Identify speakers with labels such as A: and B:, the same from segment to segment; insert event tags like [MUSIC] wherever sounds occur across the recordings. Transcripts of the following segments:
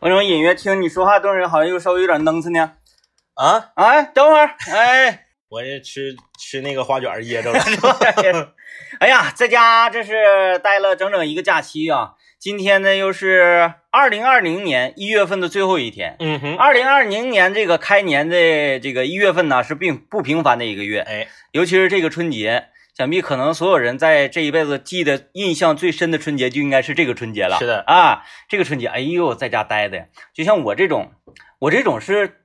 A: 我怎么隐约听你说话动静好像又稍微有点弄哧呢？
B: 啊，
A: 哎，等会儿，哎，
B: 我这吃吃那个花卷儿噎着了。
A: 哎呀，在家这是待了整整一个假期啊！今天呢又是二零二零年一月份的最后一天。
B: [LAUGHS] 嗯哼，
A: 二零二零年这个开年的这个一月份呢，是并不平凡的一个月，
B: 哎，
A: 尤其是这个春节，想必可能所有人在这一辈子记得印象最深的春节就应该是这个春节了。
B: 是的
A: 啊，这个春节，哎呦，在家待的，就像我这种，我这种是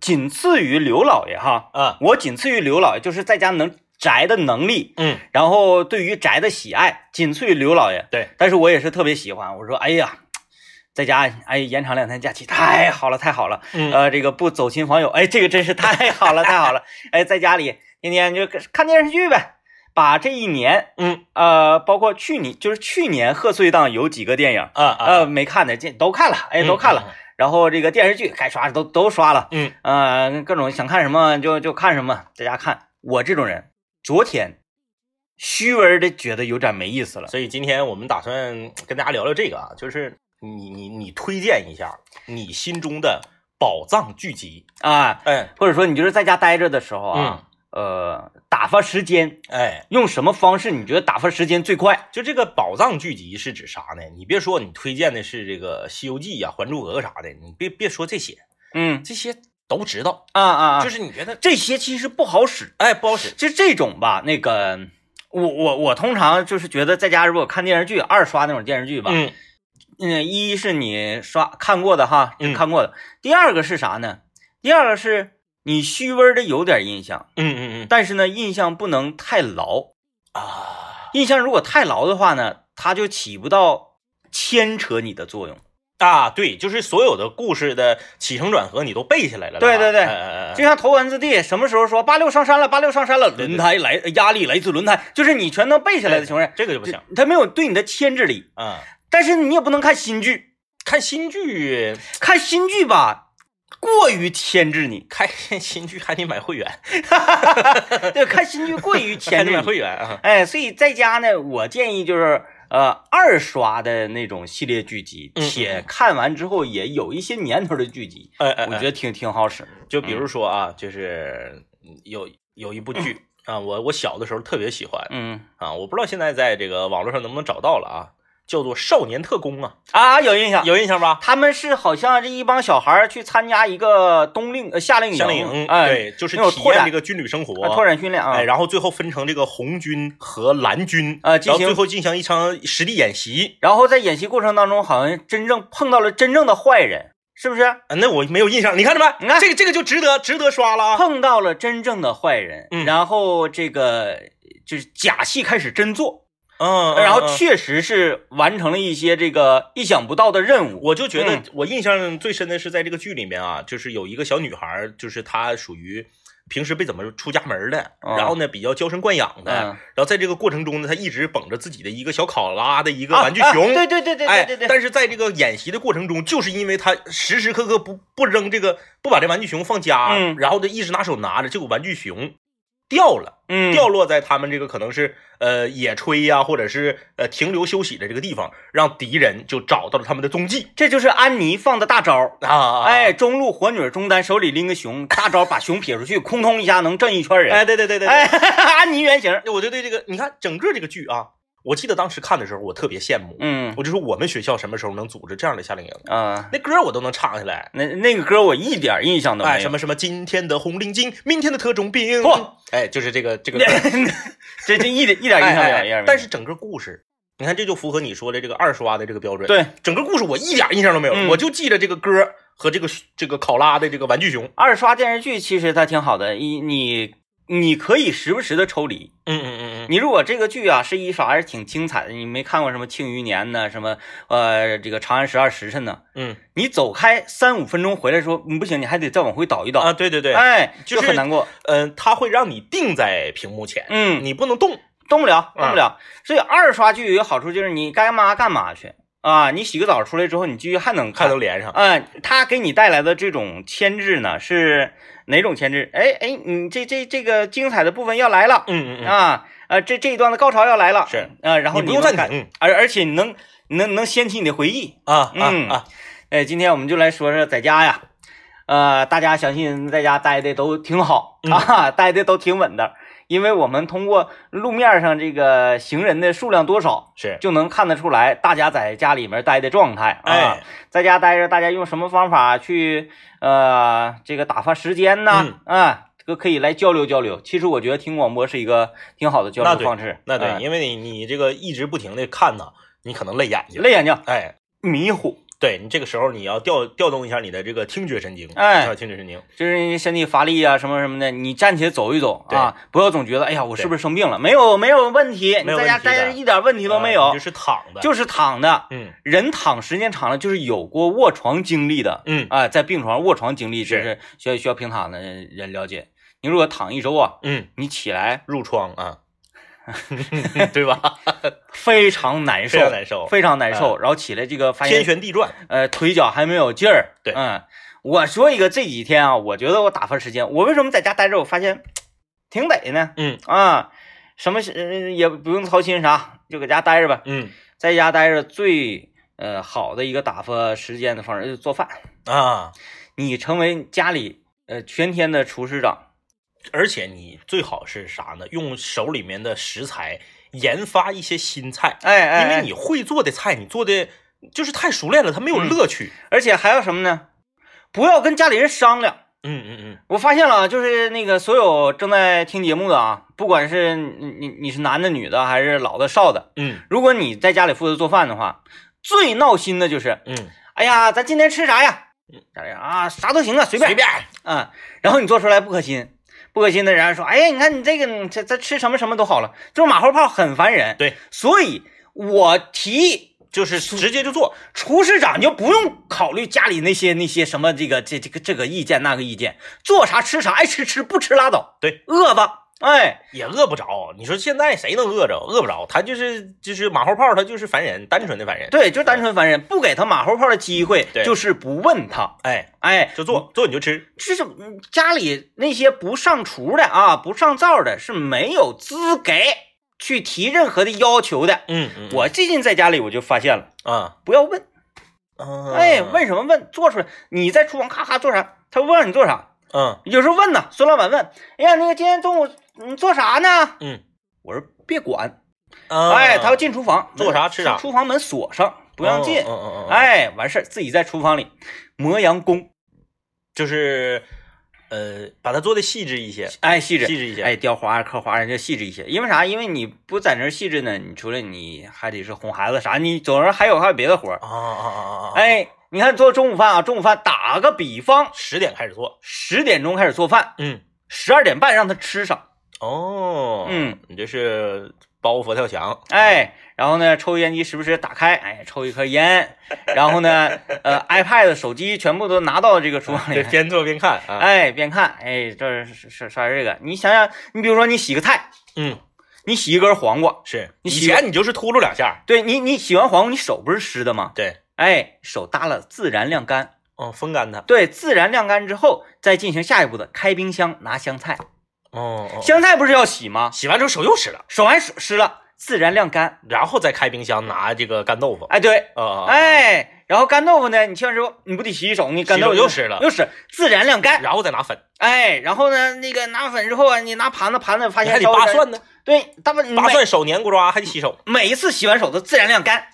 A: 仅次于刘老爷哈，
B: 啊，
A: 我仅次于刘老爷，就是在家能宅的能力，
B: 嗯，
A: 然后对于宅的喜爱仅次于刘老爷，
B: 对，
A: 但是我也是特别喜欢。我说，哎呀，在家哎延长两天假期，太好了，太好了。
B: 嗯
A: 呃，这个不走亲访友，哎，这个真是太好了，太好了。哎，在家里天天就看电视剧呗，把这一年，
B: 嗯，
A: 呃，包括去年，就是去年贺岁档有几个电影，
B: 啊啊，
A: 呃，没看的，这都看了，哎，
B: 哎，
A: 都看了。，然后这个电视剧该刷的都都刷了，
B: 嗯，
A: 呃，各种想看什么就就看什么，在家看。我这种人，昨天虚微的觉得有点没意思了。
B: 所以今天我们打算跟大家聊聊这个啊，就是你你你推荐一下你心中的宝藏剧集。
A: 啊，
B: 哎，
A: 或者说你就是在家待着的时候啊，
B: 嗯
A: 呃，打发时间，
B: 哎，
A: 用什么方式你觉得打发时间最快？
B: 就这个宝藏剧集是指啥呢？你别说你推荐的是这个《西游记》呀、啊《还珠格格》啥的，你别别说这些，
A: 嗯
B: 这些都知道。
A: 啊啊啊，
B: 就是是你觉得，
A: 这些其实不好使，
B: 哎，不好使。
A: 就这种吧，那个。我我我通常就是觉得在家如果看电视剧，二刷那种电视剧吧，
B: 嗯
A: 嗯，一是你刷看过的哈，
B: 嗯
A: 看过的。第二个是啥呢？第二个是你虚微的有点印象，
B: 嗯嗯嗯
A: 但是呢，印象不能太牢。
B: 啊
A: 印象如果太牢的话呢，它就起不到牵扯你的作用。
B: 啊，对，就是所有的故事的起承转合你都背下来了。
A: 对对对
B: 哎哎哎
A: 就像头文字 D 什么时候说八六上山了，八六上山了，
B: 对哎
A: 轮胎来压力来自轮胎，就是你全能背下来的情况下，
B: 这个就不行。
A: 它没有对你的牵制力。
B: 嗯，
A: 但是你也不能看新剧，
B: 看新剧，
A: 看新剧吧，过于牵制你。 [LAUGHS]
B: 看新剧还得买会员，
A: 对，看新剧过于
B: 还
A: 牵
B: 得
A: 制
B: 买
A: 你。
B: 会员啊。
A: 哎，所以在家呢，我建议就是呃二刷的那种系列剧集，
B: 嗯嗯
A: 且看完之后也有一些年头的剧集，
B: 哎哎，
A: 我
B: 哎
A: 觉得挺挺好使。
B: 就比
A: 嗯
B: 如说啊，就是有有一部剧啊，我我小的时候特别喜欢
A: 嗯
B: 啊，我不知道现在在这个网络上能不能找到了啊，叫做《少年特工》啊，
A: 啊，有印象。
B: 有印象吧？
A: 他们是好像这一帮小孩儿去参加一个冬令呃夏令营，
B: 夏令营，
A: 哎，
B: 嗯对，就是
A: 那种
B: 体
A: 拓
B: 验
A: 展
B: 这个军旅生活，
A: 啊拓展训练啊，
B: 哎，然后最后分成这个红军和蓝军
A: 啊进
B: 然后
A: 行
B: 最后进行一场实地演习。
A: 然后在演习过程当中，好像真正碰到了真正的坏人，是不是？
B: 啊，那我没有印象，你看着没？
A: 你看
B: 这个这个就值得值得刷了啊！
A: 碰到了真正的坏人，
B: 嗯
A: 然后这个就是假戏开始真做，
B: 嗯，嗯
A: 然后
B: 嗯
A: 确实是完成了一些这个意想不到的任务。
B: 我就觉得
A: 嗯
B: 我印象最深的是在这个剧里面啊，就是有一个小女孩儿，就是她属于平时被怎么出家门儿的，
A: 嗯
B: 然后呢比较娇生惯养的，
A: 嗯
B: 然后在这个过程中呢，她一直捧着自己的一个小考拉的一个
A: 啊
B: 玩具熊，
A: 啊对对对对对对
B: 哎，
A: 对，
B: 但是在这个演习的过程中，就是因为她时时刻刻不不扔这个不把这玩具熊放家，
A: 嗯
B: 然后就一直拿手拿着，这个玩具熊掉了。
A: 嗯，
B: 掉落在他们这个可能是呃野炊呀、或者是呃停留休息的这个地方，让敌人就找到了他们的踪迹
A: 这就是安妮放的大招。
B: 啊
A: 哎，中路火女中单手里拎个熊，大招把熊撇出去，空通一下能震一圈人。
B: 哎，对对对对，
A: 哎， [LAUGHS] 安妮原型。
B: 对，我就对这个，你看整个这个剧啊，我记得当时看的时候，我特别羡慕，
A: 嗯
B: 我就说我们学校什么时候能组织这样的夏令营？
A: 啊，
B: 那歌我都能唱下来，
A: 那那个歌我一点印象都
B: 哎，
A: 没
B: 什
A: 有。
B: 么什么今天的红领巾，明天的特种兵，
A: 嚯，
B: 哎，就是这个这
A: [LAUGHS]
B: 个歌，
A: [LAUGHS] 这这一点一点印象
B: 哎
A: 没有，一点
B: 哎哎
A: 没有。
B: 但是整个故事。你看，这就符合你说的这个二刷的这个标准。
A: 对，
B: 整个故事我一点印象都没有，
A: 嗯
B: 我就记着这个歌和这个这个考拉的这个玩具熊。
A: 二刷电视剧其实它挺好的，你你你可以时不时的抽离，
B: 嗯嗯嗯嗯，
A: 你如果这个剧啊是一刷还是挺精彩的，你没看过什么《庆余年》呐，什么呃这个《长安十二时辰》呐，
B: 嗯
A: 你走开三五分钟回来说，嗯不行，你还得再往回倒一倒，
B: 啊，对对对，嗯、
A: 哎，
B: 就是
A: 很难过，
B: 它会让你定在屏幕前，
A: 嗯，
B: 你不能动。
A: 动不
B: 嗯
A: 了，动不了。所以二刷剧有好处就是你该干嘛干嘛去啊，你洗个澡出来之后，你继续还能
B: 还
A: 看。
B: 能连上。
A: 嗯、它给你带来的这种牵制呢，是哪种牵制？哎哎，你这这这个精彩的部分要来了、
B: 嗯嗯
A: 啊，呃，这这一段的高潮要来了，
B: 是
A: 啊，然
B: 嗯，
A: 后
B: 你不用
A: 能
B: 暂
A: 看
B: 停
A: 而而且你能能能掀起你的回忆。
B: 啊啊
A: 嗯
B: 啊！
A: 哎，今天我们就来说说在家呀，呃，大家相信在家待的都挺好
B: 嗯
A: 啊， [LAUGHS] 待的都挺稳的，因为我们通过路面上这个行人的数量多少，
B: 是，
A: 就能看得出来大家在家里面待的状态啊。
B: 哎，
A: 在家待着，大家用什么方法去呃这个打发时间呢？
B: 嗯
A: 啊，这个可以来交流交流。其实我觉得听广播是一个挺好的交
B: 那
A: 流
B: 对
A: 方式。
B: 那对，
A: 嗯
B: 因为你你这个一直不停的看呐，你可能累眼睛，
A: 累眼睛，
B: 哎，
A: 迷糊，
B: 对你这个时候你要调调动一下你的这个听觉神经，
A: 哎
B: 听觉神经，
A: 就是你身体乏力啊，什么什么的，你站起来走一走
B: 对
A: 啊，不要总觉得哎呀，我
B: 对
A: 是不是生病了？没有，没有问题，
B: 没
A: 你
B: 有
A: 在家
B: 问题的
A: 待着一点问题都没
B: 啊
A: 有
B: 你就，是躺的，
A: 就是躺的。
B: 嗯
A: 人躺时间长了，就是有过卧床经历的
B: 嗯
A: 啊，在病床卧床经历，就是是需要需要平躺的人了解。你如果躺一周啊，
B: 嗯，
A: 你起来
B: 褥疮 [LAUGHS] 啊，对吧？
A: 非常难受
B: 非，常难受，啊
A: 非常难受。然后起来这个发
B: 天
A: 现，
B: 旋地转，
A: 呃，腿脚还没有劲儿。
B: 对
A: 嗯，我说一个这几天啊，我觉得我打发时间，我为什么在家待着，我发现挺得呢？
B: 嗯
A: 啊，什么事呃也不用操心啥，就搁家待着呗。
B: 嗯
A: 在家待着最呃好的一个打发时间的方式就是做饭。
B: 啊，
A: 你成为家里呃全天的厨师长，
B: 而且你最好是啥呢？用手里面的食材研发一些新菜，
A: 哎哎，
B: 因
A: 哎
B: 为你会做的菜，你做的就是太熟练了，它没有
A: 嗯
B: 乐趣。
A: 而且还有什么呢？不要跟家里人商量。
B: 嗯嗯嗯，
A: 我发现了啊，就是那个所有正在听节目的啊，不管是你你你是男的、女的，还是老的、少的，
B: 嗯
A: 如果你在家里负责做饭的话，最闹心的就是，
B: 嗯，
A: 哎呀，咱今天吃啥呀？家里人啊，啥都行啊，随便
B: 随便，
A: 啊。然后你做出来不可心，不可心的人家说，哎呀，你看你这个，你这这吃什么什么都好了，这种马后炮很烦人。
B: 对，
A: 所以我提议
B: 就是直接就做。
A: 厨师长就不用考虑家里那些那些什么这个这这个这个意见那个意见，做啥吃啥，爱吃吃不吃拉倒。
B: 对，
A: 饿吧，哎，
B: 也饿不着，你说现在谁能饿着？饿不着，他就是就是马后炮，他就是烦人，单纯的烦人。，
A: 对，就单纯烦人，不给他马后炮的机会，
B: 对
A: 就是不问他，
B: 哎，
A: 哎，
B: 就做做你就吃，
A: 这是嗯家里那些不上厨的啊，不上灶的，是没有资格去提任何的要求的。
B: 嗯嗯
A: 我最近在家里我就发现了，
B: 啊，
A: 不要问，
B: 嗯
A: 哎，问什么问？做出来，你在厨房咔咔做啥，他不让你做啥。
B: 嗯
A: 有时候问呢，孙老板问，哎呀，那个今天中午你做啥呢？
B: 嗯，
A: 我说别管，
B: 啊
A: 哎，他要进厨房
B: 做啥吃啥
A: 厨房门锁上，不让进
B: 嗯。嗯嗯嗯，嗯，
A: 哎，完事儿自己在厨房里磨洋工，
B: 就是呃，把它做的细致一些，
A: 哎，细致
B: 细致一些，
A: 哎，雕花啊、刻花啊，人家细致一些。因为啥？因为你不在那儿细致呢，你除了你还得是哄孩子啥，你总是还有还有别的活儿。
B: 啊啊啊啊啊，，
A: 哎，你看做中午饭啊，中午饭打个比方，
B: 十点开始做，
A: 十点钟开始做饭，
B: 嗯，
A: 十二点半让他吃上。
B: 哦，，
A: 嗯，
B: 你这是包佛跳墙，
A: 哎，然后呢，抽烟机时不时打开，哎，抽一颗烟，然后呢，呃，iPad、手机全部都拿到这个厨房里
B: 对，
A: 来。
B: 边做边看啊，
A: 哎，边看，哎，这是是啥这个？你想想，你比如说你洗个菜，
B: 嗯，
A: 你洗一根黄瓜，
B: 是，
A: 你
B: 以
A: 洗个
B: 前你就是秃噜两下，
A: 对你，你洗完黄瓜，你手不是湿的吗？
B: 对，
A: 哎，手搭了自然晾哦干，
B: 嗯，风干它，
A: 对，自然晾干之后，再进行下一步的开冰箱拿香菜，
B: 哦，哦
A: 香菜不是要洗吗？
B: 洗完之后手又湿了。
A: 手完手湿了，自然晾干，
B: 然后再开冰箱拿这个干豆腐。
A: 哎对，
B: 啊，啊，
A: 哎，然后干豆腐呢，你切完之后你不得洗洗手，你干豆腐
B: 洗手又湿了
A: 又湿，自然晾干，
B: 然后再拿粉，
A: 哎，然后呢，那个拿粉之后啊，你拿盘子盘子发
B: 你
A: 现
B: 还得
A: 稍微有
B: 扒
A: 点，嗯
B: 蒜呢，
A: 对，大不
B: 扒蒜手黏咕抓，还得洗
A: [LAUGHS]
B: 手，
A: 每每一次洗完手都自然晾
B: [LAUGHS]
A: 干，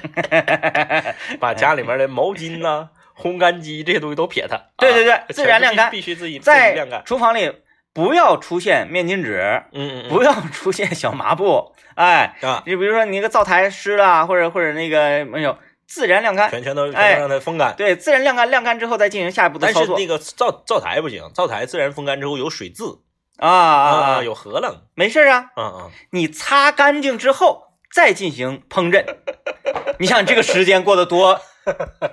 A: [LAUGHS]
B: 把家里面的毛巾呐、烘干机这些东西都撇它。啊
A: 对对对
B: 全部
A: 自然晾干
B: 必须必须自己自己
A: 在
B: 晾干。
A: 厨房里不要出现面巾纸，
B: 嗯嗯嗯
A: 不要出现小麻布，哎，
B: 啊，
A: 就比如说你那个灶台湿了，或者或者那个没有自然晾干，
B: 全全都
A: 哎
B: 全都让它风干。
A: 对，自然晾干，晾干之后再进行下一步的
B: 但
A: 操
B: 是
A: 作
B: 那个灶灶台不行，灶台自然风干之后有水渍
A: 啊啊啊，
B: 有荷冷。
A: 没事儿啊，
B: 嗯嗯，
A: 你擦干净之后再进行烹
B: [LAUGHS]
A: 饪，你想这个时间过得多，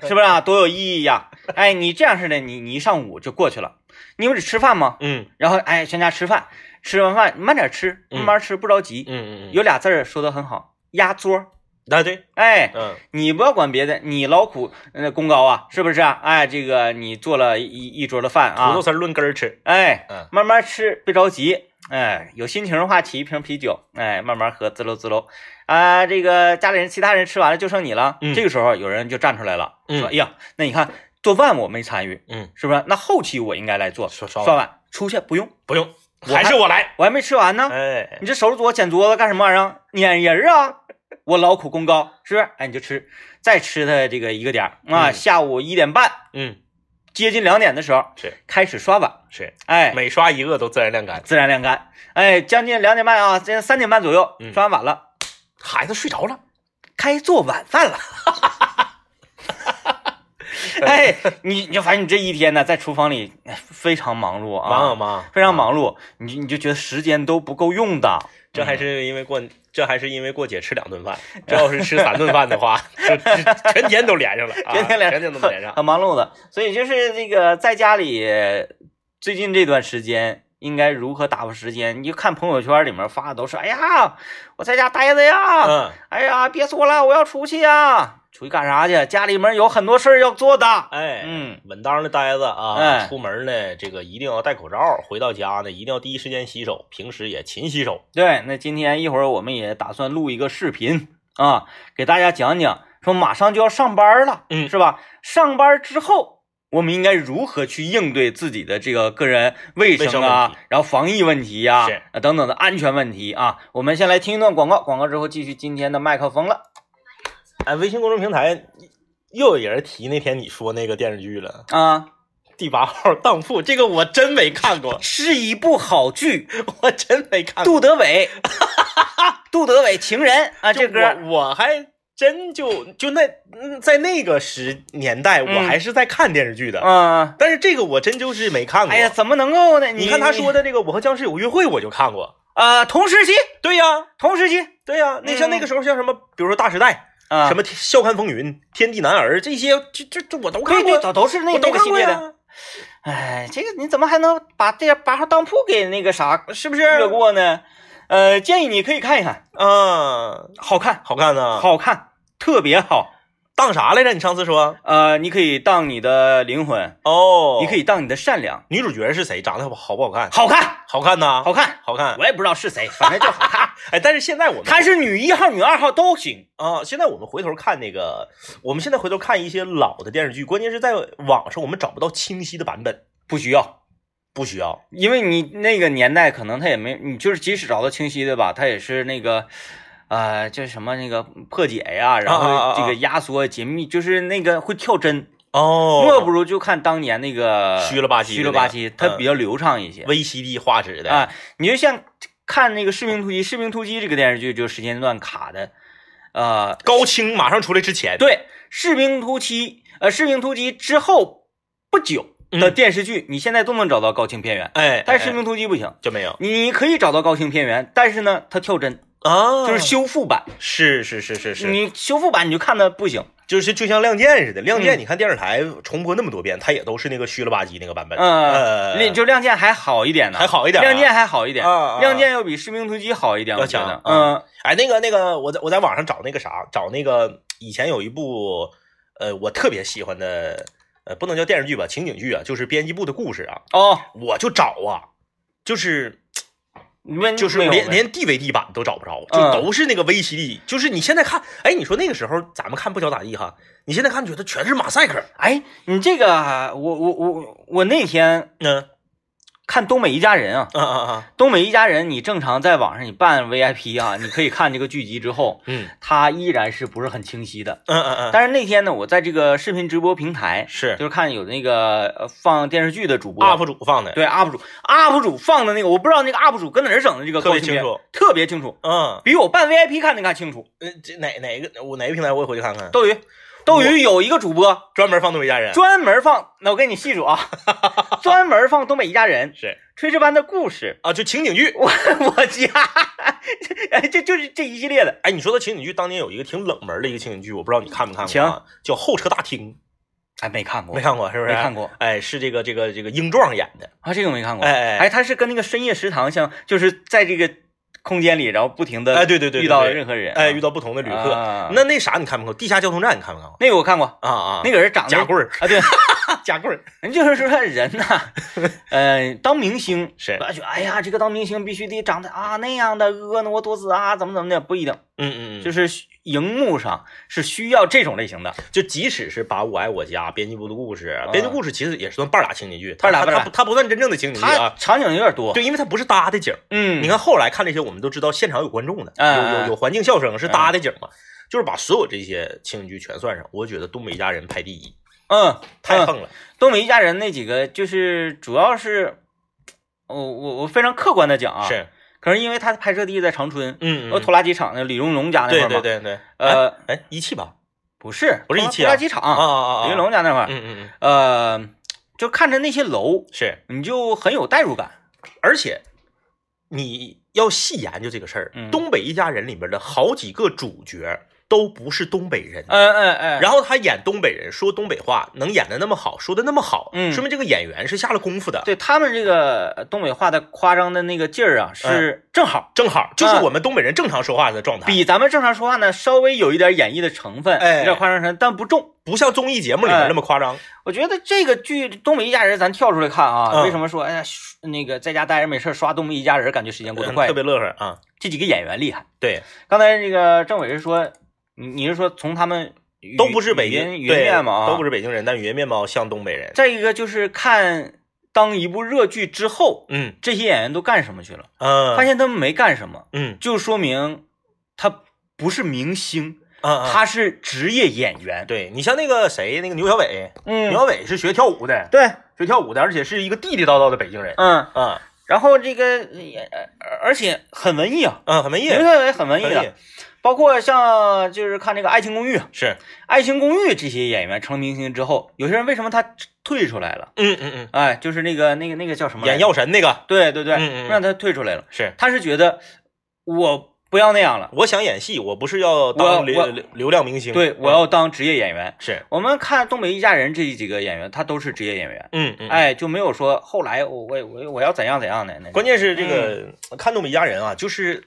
A: 是不是啊？多有意义呀、哎，你这样似的，你你一上午就过去了，你不得吃饭吗？
B: 嗯
A: 然后哎，全家吃饭，吃完饭慢点吃，慢慢吃，不着急。
B: 嗯嗯嗯，
A: 有俩字儿说的很好，压桌。
B: 啊对，
A: 哎，
B: 嗯
A: 你不要管别的，你劳苦呃功高啊，是不是、啊？哎，这个你做了一一桌的饭
B: 土
A: 啊
B: 豆，丝儿论根儿吃。
A: 哎
B: 嗯，
A: 慢慢吃，别着急。哎，有心情的话，起一瓶啤酒，哎，慢慢喝，滋溜滋溜。啊、这个家里人其他人吃完了就剩你了，
B: 嗯
A: 这个时候有人就站出来了，
B: 嗯
A: 说哎呀，那你看做饭我没参与，
B: 嗯，
A: 是不是？那后期我应该来做，
B: 刷
A: 刷
B: 刷碗
A: 碗出去不用，
B: 不用，
A: 我
B: 还是我来。
A: 我还没吃完呢，
B: 哎，
A: 你这手指左捡桌子干什么玩意儿？撵人儿啊！我劳苦功高，是不是？哎，你就吃，再吃它这个一个点儿啊，
B: 嗯
A: 下午一点半，
B: 嗯，
A: 接近两点的时候
B: 是
A: 开始刷碗，
B: 是，
A: 哎，
B: 每刷一个都自然晾干。
A: 自然晾干，哎，将近两点半啊，这三点半左右
B: 嗯
A: 刷完碗了，
B: 孩子睡着了，
A: 该做晚饭了。哎，你你就发现你这一天呢，在厨房里哎非常忙碌啊，
B: 忙啊忙，
A: 非常忙碌，你就你就觉得时间都不够用的。
B: 这还是因为过，这还是因为过节吃两顿 [LAUGHS] 饭，这要是吃三顿饭的 [LAUGHS] 话，就就全天都连上了，啊
A: 天天连
B: [LAUGHS] 全天都能连上。
A: 很忙碌的。所以就是这个在家里最近这段时间应该如何打发时间？你就看朋友圈里面发的都是，哎呀，我在家待着呀，
B: [LAUGHS] 嗯，
A: 哎呀，憋死我了，我要出去呀，出去干啥去？家里面有很多事儿要做的。
B: 哎，
A: 嗯，
B: 稳当的呆着啊，
A: 哎
B: 出门呢，这个一定要戴口罩，回到家呢，一定要第一时间洗手，平时也勤洗手。
A: 对，那今天一会儿我们也打算录一个视频啊，给大家讲讲，说马上就要上班了，
B: 嗯
A: 是吧？上班之后。我们应该如何去应对自己的这个个人卫
B: 卫生
A: 生
B: 问
A: 啊
B: 题，
A: 然后防疫问题呀、
B: 是
A: 啊等等的安全问题啊？我们先来听一段广告，广告之后继续今天的麦克风了
B: 哎，微信公众平台又有人提那天你说那个电视剧了，
A: 啊，
B: 《第八号当铺》，这个我真没看过， [LAUGHS]
A: 是一部好剧，
B: 我真没 [LAUGHS] 看过。
A: 杜德伟，杜德伟《情人》啊，这
B: 就
A: 歌儿
B: 我我还真就就那嗯在那个时年代，我
A: 嗯
B: 还是在看电视剧的，
A: 嗯，
B: 但是这个我真就是没看过。
A: 哎呀，，怎么能够呢？
B: 你看他说
A: 的
B: 的这个《我和僵尸有个约会》，我就看过。
A: 啊，同时期，
B: 对呀、
A: 同时期
B: 对呀、那像那个时候像什么，比如说《大时代》
A: 啊，
B: 什么《笑看风云》《天地男儿》这些，这这这我都看
A: 对对，
B: 过，啊
A: 都都是那那
B: 我都
A: 个
B: 看
A: 系
B: 过
A: 列
B: 呀
A: 的。哎，这个你怎么还能把这八号当铺给那个啥
B: 是不是？
A: 越过呢？呃，建议你可以看一看，
B: 啊，
A: 好看，
B: 好看呐、
A: 好看，特别好。
B: 当啥来着？你上次说
A: 呃，你可以当你的灵魂，
B: 哦，
A: 你可
B: 以。
A: 以当你的善良，
B: 女主角是谁？长得好不好看？
A: 好看，
B: 好看呐、
A: 好看。
B: 好看。
A: 我也不知道是谁，反正就好看。 [LAUGHS]
B: 哎，但是现在我们
A: 她是女一号、女二号都行。
B: 啊，现在我们回头看那个，我们现在回头看一些老的电视剧，关键是在网上我们找不到清晰的版本，
A: 不需要，
B: 不需要。
A: 因为你那个年代可能他也没，你就是即使找到清晰的吧，他也是那个，呃，叫什么那个破解呀，然
B: 啊啊啊
A: 后
B: 啊
A: 这个压缩解密，就是那个会跳帧，
B: 哦
A: 莫不如就看当年那个
B: 虚了吧唧的
A: 虚了
B: 那
A: 吧
B: 个
A: 唧
B: 嗯，
A: 它比较流畅一些
B: VCD 画质的，
A: 啊。你就像看那个《士兵突击》，《士兵突击》这个电视剧就时间段卡的，呃，
B: 高清马上出来之前，
A: 对，《士兵突击》呃，《士兵突击》之后不久的
B: 嗯
A: 电视剧，你现在都能找到高清片源，
B: 哎，
A: 但
B: 哎
A: 是《士兵突击》不行。
B: 就没有
A: 你可以找到高清片源，但是呢，它跳帧，
B: 啊
A: 就是修复版。
B: 是是是是是，
A: 你修复版你就看它不行，
B: 就是就像《亮剑》似的，《亮剑》
A: 嗯
B: 你看电视台重播那么多遍，它也都是那个虚了吧唧那个版本，
A: 呃，
B: 呃，
A: 亮就亮剑还好一点呢，
B: 还好一点啊，
A: 亮剑还好一点，
B: 啊啊
A: 亮剑要比士兵突击好一点，
B: 要
A: 我觉
B: 强
A: 得，
B: 啊
A: 嗯
B: 哎，那个那个，我在我在网上找那个啥，找那个以前有一部，呃，我特别喜欢的，呃，不能叫电视剧吧，情景剧啊，就是《编辑部的故事》啊，
A: 哦，
B: 我就找啊，就是
A: 没
B: 就是
A: 没有
B: 连
A: 没有
B: 连 DVD 版都找不着，
A: 嗯
B: 就都是那个 VCD，、就是你现在看，哎，你说那个时候咱们看不晓咋地哈，你现在看觉得全是马赛克，
A: 哎，你这个啊我我我我那天
B: 嗯
A: 看《东北一家人》啊，
B: 啊啊啊，
A: 《东北一家人》，你正常在网上你办 VIP 啊，你可以看这个剧集之后，
B: 嗯
A: 它依然是不是很清晰的。
B: 嗯嗯嗯，
A: 但是那天呢，我在这个视频直播平台，
B: 是
A: 就是看有那个呃放电视剧的主播
B: UP 主放的，，
A: 对 UP 主 UP 主放的那个，我不知道那个 UP 主搁哪儿整的这个
B: 特
A: 高
B: 别
A: 清
B: 清
A: 片，
B: 楚，
A: 特别清楚，
B: 嗯，
A: 比我办 VIP 看的还清楚。
B: 呃这哪哪个我哪个平台我也回去看看，
A: 斗鱼，斗鱼有一个主播
B: 专门放《东北一家人》，
A: [LAUGHS] 专门放，那我给你细数
B: [LAUGHS]
A: 啊，专门放《东北一家人》《
B: 是
A: 炊事班的故
B: [LAUGHS]
A: 事
B: 啊，就情景剧》。
A: 我我家， [LAUGHS] 哎，这就是这一系列的
B: 哎，你说的情景剧，当年有一个挺冷门的一个情景剧，我不知道你看没看过啊
A: 行，
B: 叫《候车大厅
A: 哎，没看》，过，
B: 没看过是不是？
A: 没看过。
B: 哎，是这个这个这个英壮演的。
A: 啊，这个没看过。
B: 哎哎哎
A: 哎，他是跟那个深夜食堂像，就是在这个空间里，然后不停的
B: 哎，对对对，对
A: 遇到
B: 对
A: 任何人啊，
B: 哎遇到不同的旅客。
A: 啊
B: 那那啥你看没看过？地下交通站你看没看过？
A: 那个我看过，
B: 啊啊，
A: 那个人长得
B: 假棍儿，
A: 啊，对， [LAUGHS]
B: 夹棍儿
A: 人就是说人呐、 [LAUGHS] 呃，当明星
B: 是
A: 不要去，哎呀，这个当明星必须得长得啊那样的婀娜多姿啊，怎么怎么的，不一定，
B: 嗯嗯嗯，
A: 就
B: 就是
A: 荧幕上是需要这种类型的，
B: 就即使是把《我爱我家》编辑部的故事，
A: 啊
B: 编辑故事其实也算半打情景剧，
A: 半拉
B: 它
A: 半
B: 它
A: 拉
B: 它不它不算真正的情景剧
A: 它
B: 啊，
A: 场景有点多，
B: 对，因为它不是搭的景儿。
A: 哦嗯，
B: 你看后来看这些，我们都知道现场有观众的，
A: 嗯
B: 有有有环境笑声是搭的景儿嘛，就是把所有这些情景剧全算上，我觉得《东北一家人》排第一，
A: 嗯，
B: 太
A: 嗯
B: 横了。
A: 东北一家人那几个就是主要是，我我我非常客观的讲啊，
B: 是，
A: 可是因为他拍摄地在长春，
B: 嗯，嗯
A: 呃，拖拉机厂那李荣龙家那块
B: 对
A: 儿
B: 对
A: 嘛，
B: 对对，
A: 呃，
B: 哎，一汽吧，
A: 不是
B: 不是
A: 拖
B: 一汽
A: 拖
B: 啊
A: 拉机
B: 啊
A: 厂，
B: 啊啊，
A: 李云龙家那块儿，
B: 嗯嗯嗯，
A: 呃，就看着那些楼，
B: 是，
A: 你就很有代入感，
B: 而且你要细研究这个事儿，
A: 嗯
B: 东北一家人》里面的好几个主角都不是东北人。
A: 嗯嗯嗯，
B: 然后他演东北人，说东北话，能演的那么好，说的那么好，
A: 嗯
B: 说明这个演员是下了功夫的。
A: 对他们这个呃东北话的夸张的那个劲儿啊，
B: 嗯
A: 是正好
B: 正好就是
A: 嗯
B: 我们东北人正常说话的状态，
A: 比咱们正常说话呢稍微有一点演绎的成分，
B: 哎
A: 有点夸张成分，但不重。
B: 不像综艺节目里
A: 嗯
B: 面那么夸张。
A: 我觉得这个剧《东北一家人》，咱跳出来看啊，
B: 嗯
A: 为什么说哎呀，嘘那个在家待着没事儿刷《东北一家人》，感觉时间过得
B: 嗯
A: 快
B: 特？别乐呵啊。
A: 这几个演员厉害。
B: 对，
A: 刚才这个政委是说，你你是说从他们语
B: 都不是北
A: 语
B: 京，
A: 音语音
B: 对
A: 面嘛啊？
B: 都不是北京人，但语言面貌像东北人。
A: 再一个就是看当一部热剧之后，
B: 嗯
A: 这些演员都干什么去了？
B: 嗯，
A: 发现他们没干什么，
B: 嗯
A: 就说明他不是明星，
B: 嗯嗯，
A: 他是职业演员。
B: 对你像那个谁，那个牛小伟，牛
A: 嗯，
B: 小伟是学跳舞的，
A: 对，
B: 学跳舞的，而且是一个地地道道的北京人。
A: 嗯，
B: 嗯
A: 然后这个呃，而且很文艺啊，
B: 嗯，很文艺，
A: 刘小伟很文艺啊
B: 文
A: 的
B: 艺，
A: 包括像就是看这个《爱情公寓》，《
B: 是，
A: 爱情公寓》这些演员成明星之后，有些人为什么他退出来了？
B: 嗯嗯
A: 哎，就是那个那个那个叫什
B: 嗯，
A: 么来
B: 演
A: 着？
B: 药神那个
A: 对对对，
B: 嗯嗯嗯
A: 让他退出来了。
B: 是。
A: 他是觉得我不要那样了，
B: 我想演戏，我不是要
A: 我
B: 当流
A: 我
B: 流流量明星，
A: 对我
B: 嗯
A: 要当职业演员。
B: 是，
A: 我们看《东北一家人》这几个演员，他都是职业演员，
B: 嗯嗯，。
A: 哎，就没有说后来我我我我要怎样怎样的那种。
B: 关键是这个、看《东北一家人》啊，就是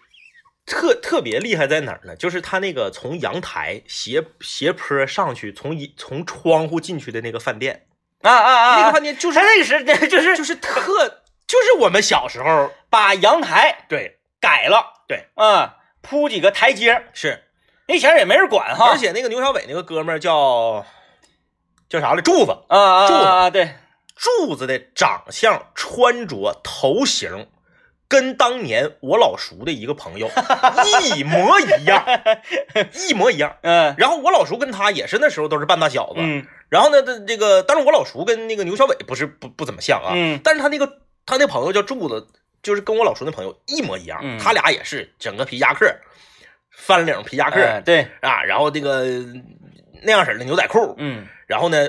B: 特特别厉害在哪儿呢？就是他那个从阳台斜斜坡上去，从一从窗户进去的那个饭店，
A: 啊啊啊啊！
B: 那个饭店就是
A: 他那个是 [LAUGHS] 就是
B: 就是特就是我们小时候
A: 把阳台
B: 对
A: 改了，
B: 对，
A: 嗯，铺几个台阶儿，
B: 是，
A: 那前儿也没人管哈。
B: 而且那个牛小伟那个哥们儿叫叫啥来？柱子，
A: 啊啊
B: 住
A: 啊
B: 的
A: 啊！对，
B: 柱子的长相、穿着、头型。跟当年我老叔的一个朋友一模一样，一模一样。
A: 嗯
B: 然后我老叔跟他也是那时候都是半大小子，
A: 嗯
B: 然后呢，这这个，但是我老叔跟那个牛小伟不是不不怎么像啊，
A: 嗯
B: 但是他那个他那朋友叫柱子，就是跟我老叔那朋友一模一样，
A: 嗯
B: 他俩也是整个皮夹克，翻领皮夹克、
A: 哎对，
B: 啊，然后这个那样式儿的牛仔裤，
A: 嗯，
B: 然后呢，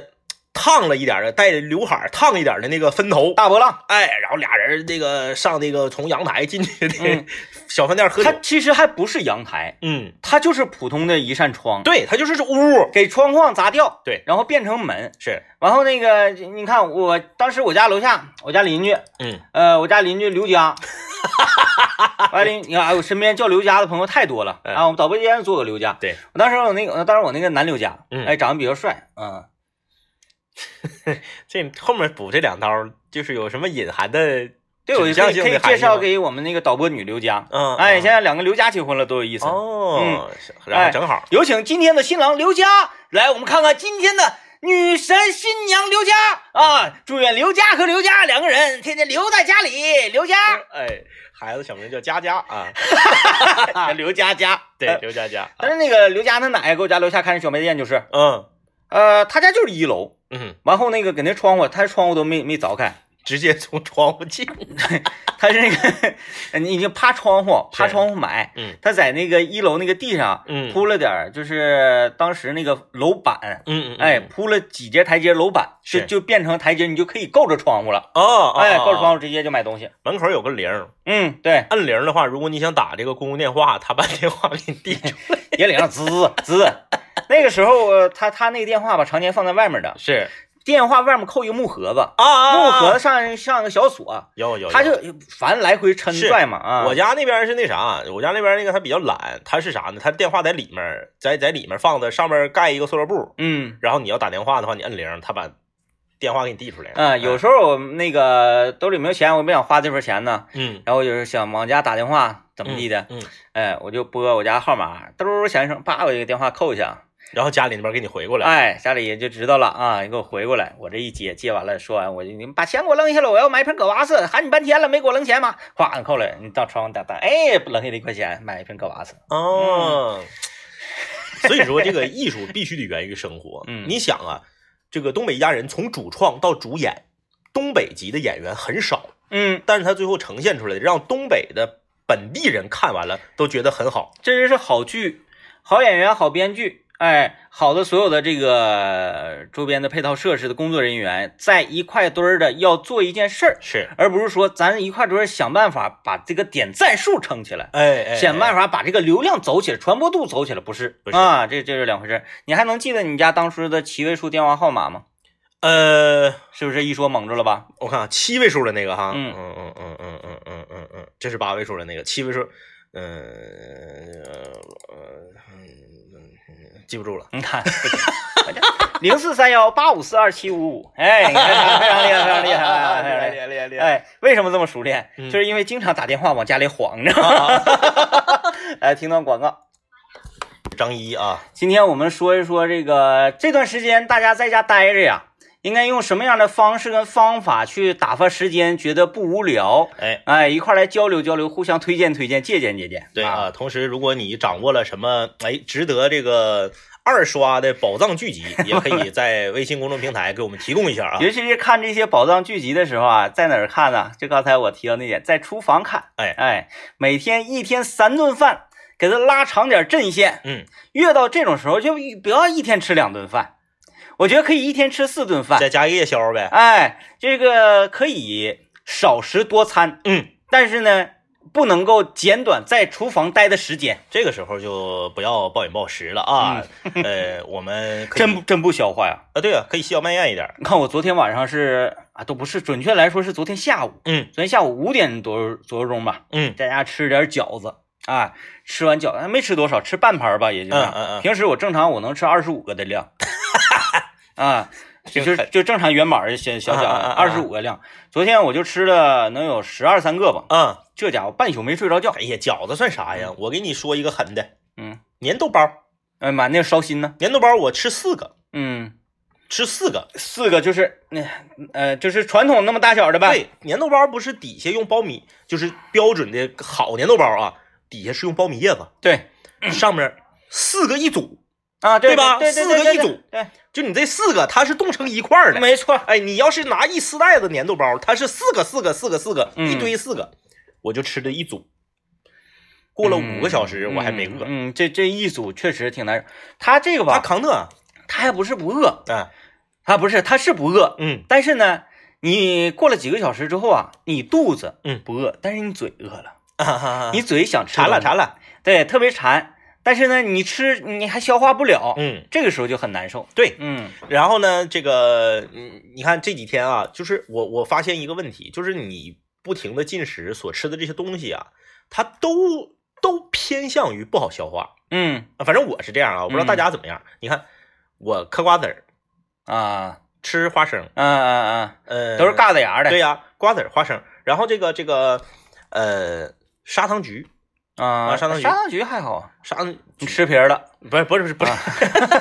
B: 烫了一点儿的带着刘海儿烫一点儿的那个分头。
A: 大波浪，
B: 哎，然后俩人那个上那个从阳台进去的
A: 嗯
B: 小饭店喝酒
A: 它，其实还不是阳台，
B: 嗯，
A: 它就是普通的一扇窗，
B: 对他就是这屋，
A: 给窗框砸掉，
B: 对，
A: 然后变成门，
B: 是，
A: 然后那个你看，我当时我家楼下，我家邻居，
B: 嗯，
A: 呃，我家邻居刘佳，完邻，你看，哎，我身边叫刘佳的朋友太多了
B: 哎
A: 啊，我们导播间做个刘佳，
B: 对
A: 我当时我那个，当时我那个男刘佳，
B: 嗯
A: 哎，长得比较帅，嗯，
B: 这后面补这两刀儿就是有什么隐含的
A: 对，我
B: 指
A: 可
B: 向
A: 以
B: 性
A: 可以
B: 的
A: 介
B: 含义
A: 绍
B: 吗
A: 给我们那个导播女刘佳，
B: 嗯，
A: 哎，
B: 嗯
A: 现在两个刘佳结婚了，多有意思，
B: 哦，是然
A: 哎
B: 后正好，
A: 有请今天的新郎刘佳，来，我们看看今天的女神新娘刘佳啊！祝愿刘佳和刘佳两个人天天留在家里。刘
B: [LAUGHS]
A: 佳，
B: 哎，孩子小名叫佳佳啊，
A: 刘佳佳，
B: 对，
A: 呃
B: 刘佳佳，啊
A: 但是那个刘佳他奶给我家楼下开那小卖店，就是，
B: 嗯
A: 呃，他家就是一楼，
B: 嗯，
A: 完后那个给那窗户，他窗户都没没凿开，
B: 直接从窗户进，
A: 他是那个， [LAUGHS] 你就趴窗户，趴
B: 是
A: 窗户买，
B: 嗯
A: 他在那个一楼那个地上
B: 嗯
A: 铺了点儿，就是当时那个楼板，
B: 嗯
A: 哎，，铺了几节台阶楼板，就是就变成台阶，你就可以够着窗户了。
B: 哦，
A: 哎，够着窗
B: 窗
A: 户直接就买东西。
B: 门口有个铃儿，
A: 嗯，对，
B: 按铃儿的话，如果你想打这个公共电话，他把电话给你递出来，
A: 也领上滋滋。 [LAUGHS] 那个时候，呃他他那个电话吧，常年放在外面的，
B: [LAUGHS] 是
A: 电话外面扣一个木盒子，
B: 啊啊，
A: 木盒
B: 啊
A: 子上上个小锁，
B: 有有，
A: 他
B: 有
A: 就烦来回抻
B: 是
A: 拽嘛啊。
B: 我家那边是那啥，我家那边那个他比较懒，他是啥呢？他电话在里面儿，在在里面放的，上面盖一个塑料布，
A: 嗯
B: 然后你要打电话的话，你摁铃儿，他把电话给你递出来了。哎
A: 嗯，有时候我那个兜里没有钱，我不想花这份钱呢，
B: 嗯
A: 然后我就是想往家打电话，怎
B: 怎
A: 么地的，
B: 嗯，嗯
A: 哎，我就拨我家号码，嘟儿响一声，叭，我就给电话扣一下，
B: 然后家里那边给你回过来，
A: 哎，家里人就知道了啊，你给我回过来，我这一接，接完了，说哎完我就你们把钱给我扔下了，我要买一瓶葛瓦斯，喊你半天了没给我扔钱吗？哗，你扣了，你到窗户打打，哎，扔下了一块钱买一瓶葛瓦斯，
B: 哦，所以说这个艺术必须得源于生活。
A: [LAUGHS] 嗯
B: 你想啊，这个东北一家人从主创到主演，东北籍的演员很少，
A: 嗯，
B: 但是他最后呈现出来的，让东北的本地人看完了都觉得很好。
A: 这就是好剧，好演员，好编剧，哎，好的所有的这个周边的配套设施的工作人员在一块堆儿的要做一件事儿，
B: 是，
A: 而不是说咱一块堆儿想办法把这个点赞数撑起来。
B: 哎哎，
A: 想办
B: 法，
A: 法把这个流量走起来，传播度走起来，不是
B: 不是
A: 啊？这这是两回事儿。你还能记得你家当时的七位数电话号码吗？
B: 呃，
A: 是不是一说蒙住了吧？
B: 我看啊，七位数的那个哈，
A: 嗯
B: 嗯嗯嗯嗯嗯嗯嗯嗯，这是八位数的那个，七位数，嗯呃呃嗯， [LAUGHS] 嗯记不住了。
A: 你看，零四三幺八五四二七五五，哎，你看非常厉害，非常厉害，非常啊厉害。
B: 害，厉害，厉害！
A: 哎，为什么这么熟练？
B: 嗯啊
A: 就是因为经常打电话往家里晃，你知道吗？ [LAUGHS] 哎，听段广告。
B: 张一啊，
A: 今天我们说一说这个这段时间大家在家待着呀，应该用什么样的方式跟方法去打发时间，觉得不无聊？
B: 哎，
A: 哎，一块儿来交流交流，互相推荐推荐，借鉴借鉴。
B: 对，啊，同时如果你掌握了什么哎值得这个二刷的宝藏剧集，也可以在微信公众平台给我们提供一下啊。
A: 尤其是看这些宝藏剧集的时候啊，在哪儿看呢、就刚才我提到那点，在厨房看。
B: 哎
A: 哎，每天一天三顿饭，给它拉长点阵线。
B: 嗯，
A: 越到这种时候，就不要一天吃两顿饭，我觉得可以一天吃四顿饭。
B: 再加一个夜宵呗。
A: 哎，这个可以少食多餐，
B: 嗯，
A: 但是呢，不能够减短在厨房待的时间，
B: 这个时候就不要暴饮暴食了啊。呃，我们可以
A: 真不真不消化呀、
B: 啊，对啊，可以细嚼慢咽一点儿。
A: 你看我昨天晚上是啊，都不是，准确来说是昨天下午，
B: 嗯
A: 昨天下午五点多左右钟吧，
B: 嗯
A: 在家吃点饺子啊，吃完饺子没吃多少，吃半盘吧，也就是、
B: 嗯嗯嗯
A: 平时我正常我能吃二十五个的 [LAUGHS] 量，啊，就
B: 挺
A: 就
B: 狠
A: 就正常圆满儿小小小
B: 啊啊啊啊
A: 二十五个量，昨天我就吃了能有十二三个吧，
B: 嗯，
A: 这家伙半宿没睡着觉
B: 哎，呀，饺子算啥呀？我给你说一个狠的，
A: 嗯，
B: 粘豆包，
A: 哎妈，那个烧心呢，
B: 粘豆包我吃四个，
A: 嗯，
B: 吃四个。
A: 四个就是那呃就是传统那么大小的呗，
B: 对，粘豆包不是底下用苞米，就是标准的好粘豆包啊，底下是用苞米叶子，
A: 对
B: 上面四个一组，
A: 啊对
B: 对吧
A: 对对
B: 四个
A: 对
B: 一
A: 对
B: 组
A: 对。
B: 就你这四个它是冻成一块儿的。
A: 没错，
B: 哎，你要是拿一丝袋子粘豆包，它是四个四个四个四个
A: 嗯
B: 一堆四个，我就吃了一组。过了五个小时，我还没饿。
A: 嗯，嗯这这一组确实挺难受。他这个
B: 他
A: 吧，
B: 扛饿，啊
A: 他还不是不饿，
B: 哎，
A: 他不是他是不饿，
B: 嗯，
A: 但是呢，你过了几个小时之后啊，你肚子
B: 嗯
A: 不饿，但是你嘴饿了，
B: 你
A: [LAUGHS] 你嘴想吃
B: 馋
A: 东
B: 了
A: 西
B: 馋了，
A: 对，特别馋，但是呢，你吃你还消化不了，
B: 嗯，
A: 这个时候就很难受。
B: 对，
A: 嗯
B: 然后呢，这个嗯，你看这几天啊，就是我我发现一个问题，就是你不停的进食所吃的这些东西啊，它都都偏向于不好消化。
A: 嗯
B: 啊反正我是这样啊，我不知道大家怎么样。你看我嗑瓜子儿，
A: 啊
B: 吃花生，
A: 啊啊啊，
B: 呃，
A: 都是嘎子牙的。
B: 对呀、瓜子儿、花生，然后这个这个呃砂糖橘，
A: 啊，
B: 啊砂糖橘
A: 砂糖橘还好，
B: 砂
A: 你吃皮儿了。
B: 不是不是不是不是、 [LAUGHS]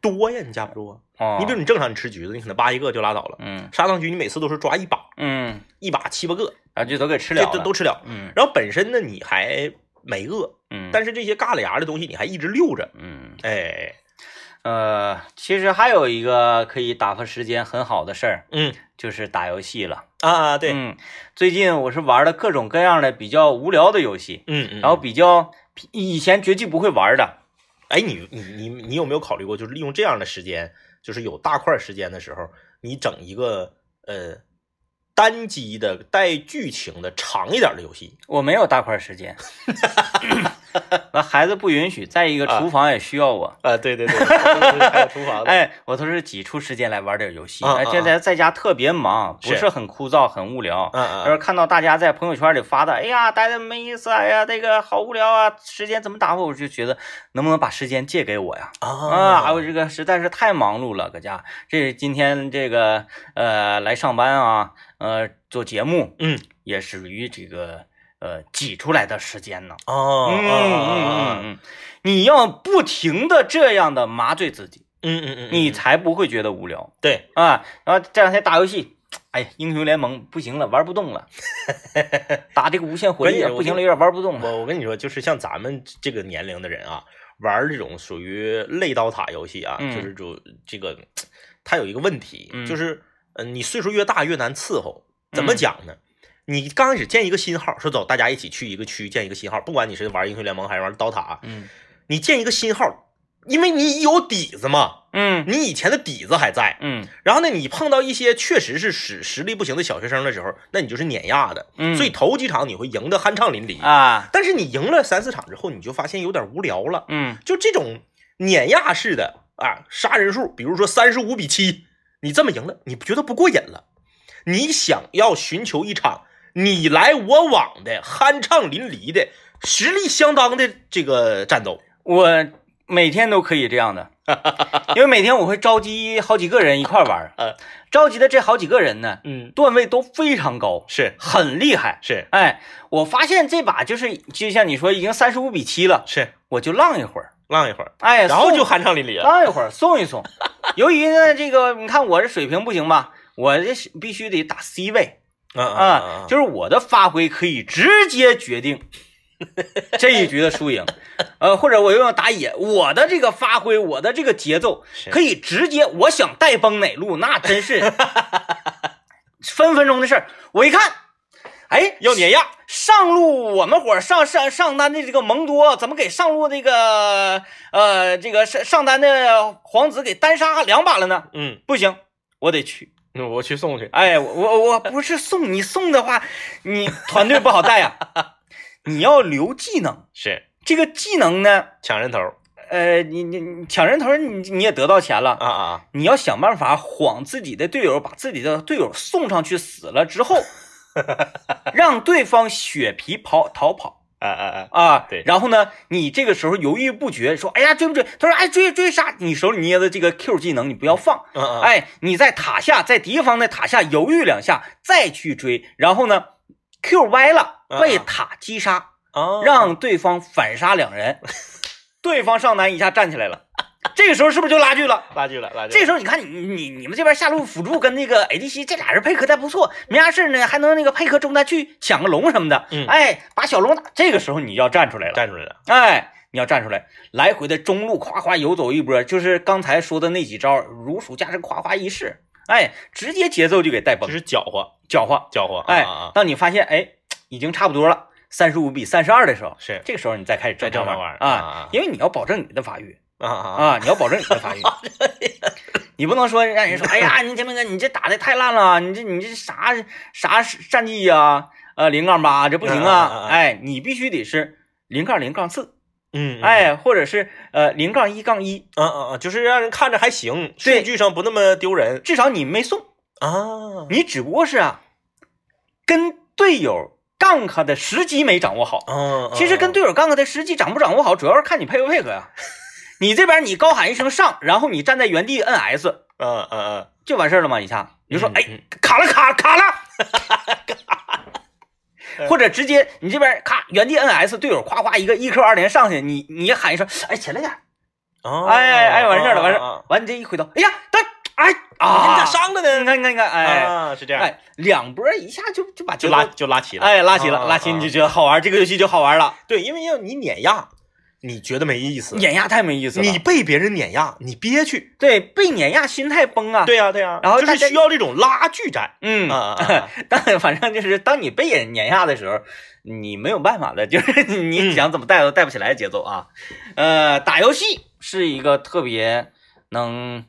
B: 多呀，你加不多。
A: 哦，
B: 你比如你正常你吃橘子，你可能扒一个就拉倒了。
A: 嗯
B: 砂糖橘你每次都是抓一把，
A: 嗯，
B: 一把七八个，
A: 啊，就都给吃
B: 这
A: 了
B: 都
A: 了
B: 都吃了。
A: 嗯
B: 然后本身呢，你还没饿，
A: 嗯，
B: 但是这些嘎啦牙的东西你还一直溜着，
A: 嗯。
B: 哎，
A: 呃，其实还有一个可以打发时间很好的事儿，
B: 嗯
A: 就是打游戏了。
B: 啊，对，嗯
A: 嗯，最近我是玩了各种各样的比较无聊的游戏，
B: 嗯，
A: 然后比较以前绝技不会玩的，
B: 哎，你你你你有没有考虑过，就是利用这样的时间，就是有大块时间的时候，你整一个呃单机的带剧情的长一点的游戏。
A: 我没有大块时
B: [LAUGHS]
A: 间，那孩子不允许。再一个，厨房也需要我。
B: 啊，对对对，还有厨房 [LAUGHS] 的，
A: 哎，我都是挤出时间来玩点游戏。
B: 啊
A: 哎，
B: 啊
A: 现在在家特别忙，不
B: 是
A: 是很枯燥，很无聊。
B: 嗯
A: 要
B: 嗯
A: 是看到大家在朋友圈里发的，哎呀，待着没意思，哎呀，这个好无聊啊，时间怎么打发？我就觉得能不能把时间借给我呀？
B: 哦
A: 啊，我这个实在是太忙碌了，搁家。这是今天这个呃来上班啊，呃做节目，
B: 嗯，
A: 也属于这个呃挤出来的时间呢。
B: 哦，
A: 嗯
B: 啊
A: 嗯嗯嗯，你要不停的这样的麻醉自己，
B: 嗯嗯嗯，
A: 你才不会觉得无聊
B: 对，
A: 啊。然后这两天打游戏。哎呀，英雄联盟不行了，玩不动了。 [LAUGHS] 打这个无限回忆
B: 关
A: 啊
B: 键
A: 不行了，有点玩不动了。
B: 我我跟你说，就是像咱们这个年龄的人啊，玩这种属于类刀塔游戏啊，
A: 嗯
B: 就是主这个，它有一个问题，
A: 嗯
B: 就是呃，你岁数越大越难伺候。怎么
A: 嗯
B: 讲呢？你刚开始建一个新号，说走，大家一起去一个区建一个新号，不管你是玩英雄联盟还是玩刀塔，啊
A: 嗯
B: 你建一个新号，因为你有底子嘛，
A: 嗯
B: 你以前的底子还在。
A: 嗯
B: 然后呢，你碰到一些确实是实实力不行的小学生的时候，那你就是碾压的。
A: 嗯
B: 所以头几场你会赢得酣畅淋漓，
A: 啊
B: 但是你赢了三四场之后，你就发现有点无聊了。
A: 嗯
B: 就这种碾压式的啊，杀人数，比如说三十五比七，你这么赢了，你觉得不过瘾了？你想要寻求一场你来我往的酣畅淋漓的实力相当的这个战斗，
A: 我每天都可以这样的，因为每天我会召集好几个人一块儿玩
B: 呃
A: 儿，召集的这好几个人呢，
B: 嗯，
A: 段位都非常高，
B: 是
A: 很厉害。
B: 是
A: 哎，我发现这把就是就像你说，已经三十五比七了，
B: 是，
A: 我就浪一会儿，
B: 浪一会儿，
A: 哎，
B: 然后
A: 送
B: 就酣畅淋漓了，
A: 浪一会儿，送一送。由于呢，这个你看我这水平不行吧，我这是必须得打 C 位
B: 啊
A: 啊，就是我的发挥可以直接决
B: [LAUGHS]
A: 定这一局的输赢。呃，或者我用打野，我的这个发挥，我的这个节奏
B: 是
A: 可以直接，我想带崩哪路，那真
B: [LAUGHS]
A: 是分分钟的事儿。我一看，哎，
B: 要碾压，
A: 上路我们伙儿上上上单的这个蒙多，怎么给上路这个呃这个上上单的皇子给单杀两把了呢？
B: 嗯，
A: 不行，我得去。
B: 那我去送去，
A: 哎，我我我不是送你送的话，你团队不好带呀、你要留技能，
B: 是
A: 这个技能呢，
B: 抢人头儿
A: 呃，你你你抢人头儿你，你也得到钱了，
B: 啊啊，
A: 你要想办法晃自己的队友，把自己的队友送上去死了之后，让对方血皮跑逃跑。
B: 哎哎哎，
A: 啊，
B: 对
A: 然后呢，你这个时候犹豫不决，说，哎呀，追不追？他说，哎，追追杀！你手里捏的这个 Q 技能，你不要放。
B: 嗯嗯，
A: 哎，你在塔下，在敌方的塔下犹豫两下，再去追，然后呢，Q 歪了，
B: 嗯
A: 被塔击杀，
B: 啊，
A: 让对方反杀两人，对方上单一下站起来了，这个时候是不是就拉锯了？
B: 拉锯了，拉锯了，
A: 这时候你看你你你们这边下路辅助跟那个 ADC 这俩人配合的不错，没啥事儿呢，还能那个配合中单去抢个龙什么的，
B: 嗯
A: 哎，把小龙打。这个时候你要站出来了，
B: 站出来了，
A: 哎，你要站出来，来回的中路夸夸游走一波，就是刚才说的那几招，如数家珍，夸夸一试，哎，直接节奏就给带
B: 就
A: 崩，
B: 是搅和，
A: 搅和，
B: 搅和，
A: 哎
B: 啊啊，啊
A: 当你发现哎已经差不多了，三十五比三十二的时候，
B: 是
A: 这个时候你再开始
B: 在
A: 正
B: 正
A: 常
B: 常
A: 玩
B: 玩
A: 儿啊，
B: 啊
A: 因为你要保证你的发育，
B: 啊啊啊，
A: 啊，你要保证你的发育，你不能说让人说，哎呀，你天明哥，你这打的太烂了，你这你这啥啥战绩呀、呃，零杠八这不行
B: 嗯嗯嗯
A: 啊
B: 嗯！
A: 哎，你必须得是零杠零杠四，
B: 嗯，嗯，
A: 哎，或者是呃零杠一杠一，
B: 嗯嗯嗯，就是让人看着还行，
A: 对
B: 数据上不那么丢人
A: 至少你没送，
B: 啊。
A: 你只不过是啊，跟队友杠他的时机没掌握好。
B: 嗯，
A: 其实跟队友杠杠的实际掌不掌握好，主要是看你配不配合
B: [LAUGHS]
A: 呀、你这边你高喊一声上，然后你站在原地摁 S
B: 嗯嗯嗯，
A: 就完事儿了嘛？一下你就说
B: 嗯
A: 哎卡了卡了卡
B: [LAUGHS]
A: 了， [LAUGHS] 或者直接你这边咔原地摁 S，队友夸夸一个一 Q 二连上去，你你喊一声哎前来点儿，
B: 哦
A: 哎哎完事儿了完事
B: 啊啊
A: 儿，完你这一回头，哎呀他哎
B: 啊你
A: 啊
B: 咋伤了
A: 你
B: 呢？
A: 看你看你看哎
B: 啊，是这样，
A: 哎两波一下就就把
B: 就
A: 节奏
B: 拉就拉齐了。
A: 哎拉齐了
B: 啊
A: 拉齐你
B: 啊
A: 就觉得好玩，这个游戏就好玩了，
B: 对，因为要你碾压，你觉得没意思，
A: 碾压太没意思了，
B: 你被别人碾压，你憋屈。
A: 对，被碾压心态崩啊。，
B: 对呀对呀，
A: 然后
B: 就
A: 大家
B: 是需要这种拉锯战
A: 嗯，
B: 啊啊啊
A: [LAUGHS]
B: 啊
A: 但反正就是当你被人碾压的时候，你没有办法的，就是 [LAUGHS] 你
B: 嗯
A: 你想怎么带都带不起来节奏啊。呃，打游戏是一个特别能，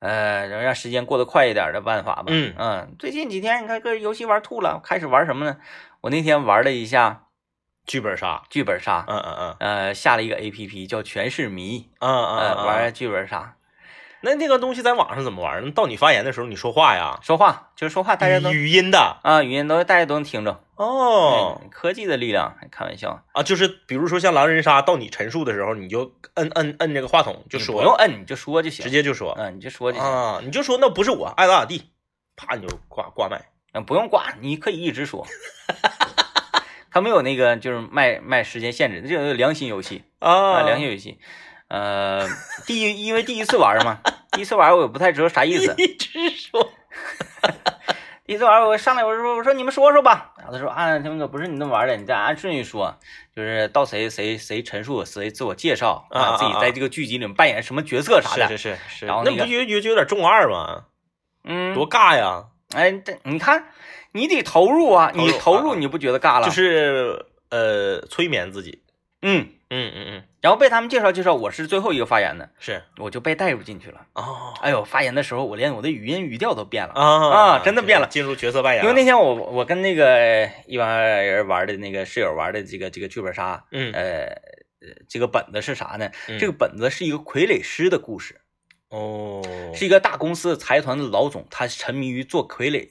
A: 呃，让时间过得快一点的办法吧。
B: 嗯
A: 最近几天你看个游戏玩吐了，开始玩什么呢？我那天玩了一下
B: 剧本杀，
A: 剧本杀，
B: 嗯嗯嗯
A: 呃，下了一个 A P P 叫《全是谜》，
B: 嗯嗯
A: 呃，
B: 嗯，
A: 玩剧本杀，
B: 那那个东西在网上怎么玩？到你发言的时候你说话呀，
A: 说话就是说话，大家都
B: 语音的
A: 啊、语音都大家都能听着。
B: 哦
A: 嗯，科技的力量，开玩笑，
B: 啊，就是比如说像狼人杀，到你陈述的时候，你就摁摁摁这个话筒就
A: 你
B: 说，
A: 嗯不用摁，你就说就行，
B: 直接就说
A: 嗯、你就说就行，
B: 啊，你就说那不是我，爱咋咋地，啪你就挂挂麦。
A: 嗯，不用挂，你可以一直说。 [LAUGHS] 他没有那个就是卖卖时间限制，这种良心游戏啊，
B: 啊
A: 良心游戏。呃，第一因为第一次玩嘛，第一次玩我也不太知道啥意
B: [LAUGHS]
A: 思。
B: [LAUGHS] 一直说，
A: 第一次玩我上来我说我说你们说说吧，然后他说啊那个不是你那么玩的，你再按顺序说，就是到谁谁谁陈述谁自我介绍
B: 啊啊
A: 自己在这个剧集里面扮演什么角色啥的。
B: 是是是
A: 然后
B: 那
A: 那
B: 不
A: 个
B: 就就就有点中二吗？
A: 嗯，
B: 多尬呀！
A: 哎，这你看你得投入啊，
B: 投入
A: 你投
B: 啊
A: 入
B: 啊
A: 你不觉得尬了？
B: 就是呃，催眠自己。
A: 嗯，
B: 嗯嗯嗯，
A: 然后被他们介绍介绍，我是最后一个发言的。
B: 是
A: 我就被带入进去了。
B: 哦
A: 哎呦，发言的时候我连我的语音语调都变了，
B: 啊
A: 啊真的变了
B: 进入角色扮演
A: 因
B: 了。
A: 为那天我我跟那个一帮人玩的那个室友玩的这个这个剧本杀，
B: 嗯
A: 呃，呃这个本子是啥呢？
B: 嗯
A: 这个本子是一个傀儡师的故事，
B: 哦，
A: 是一个大公司财团的老总，他沉迷于做傀儡，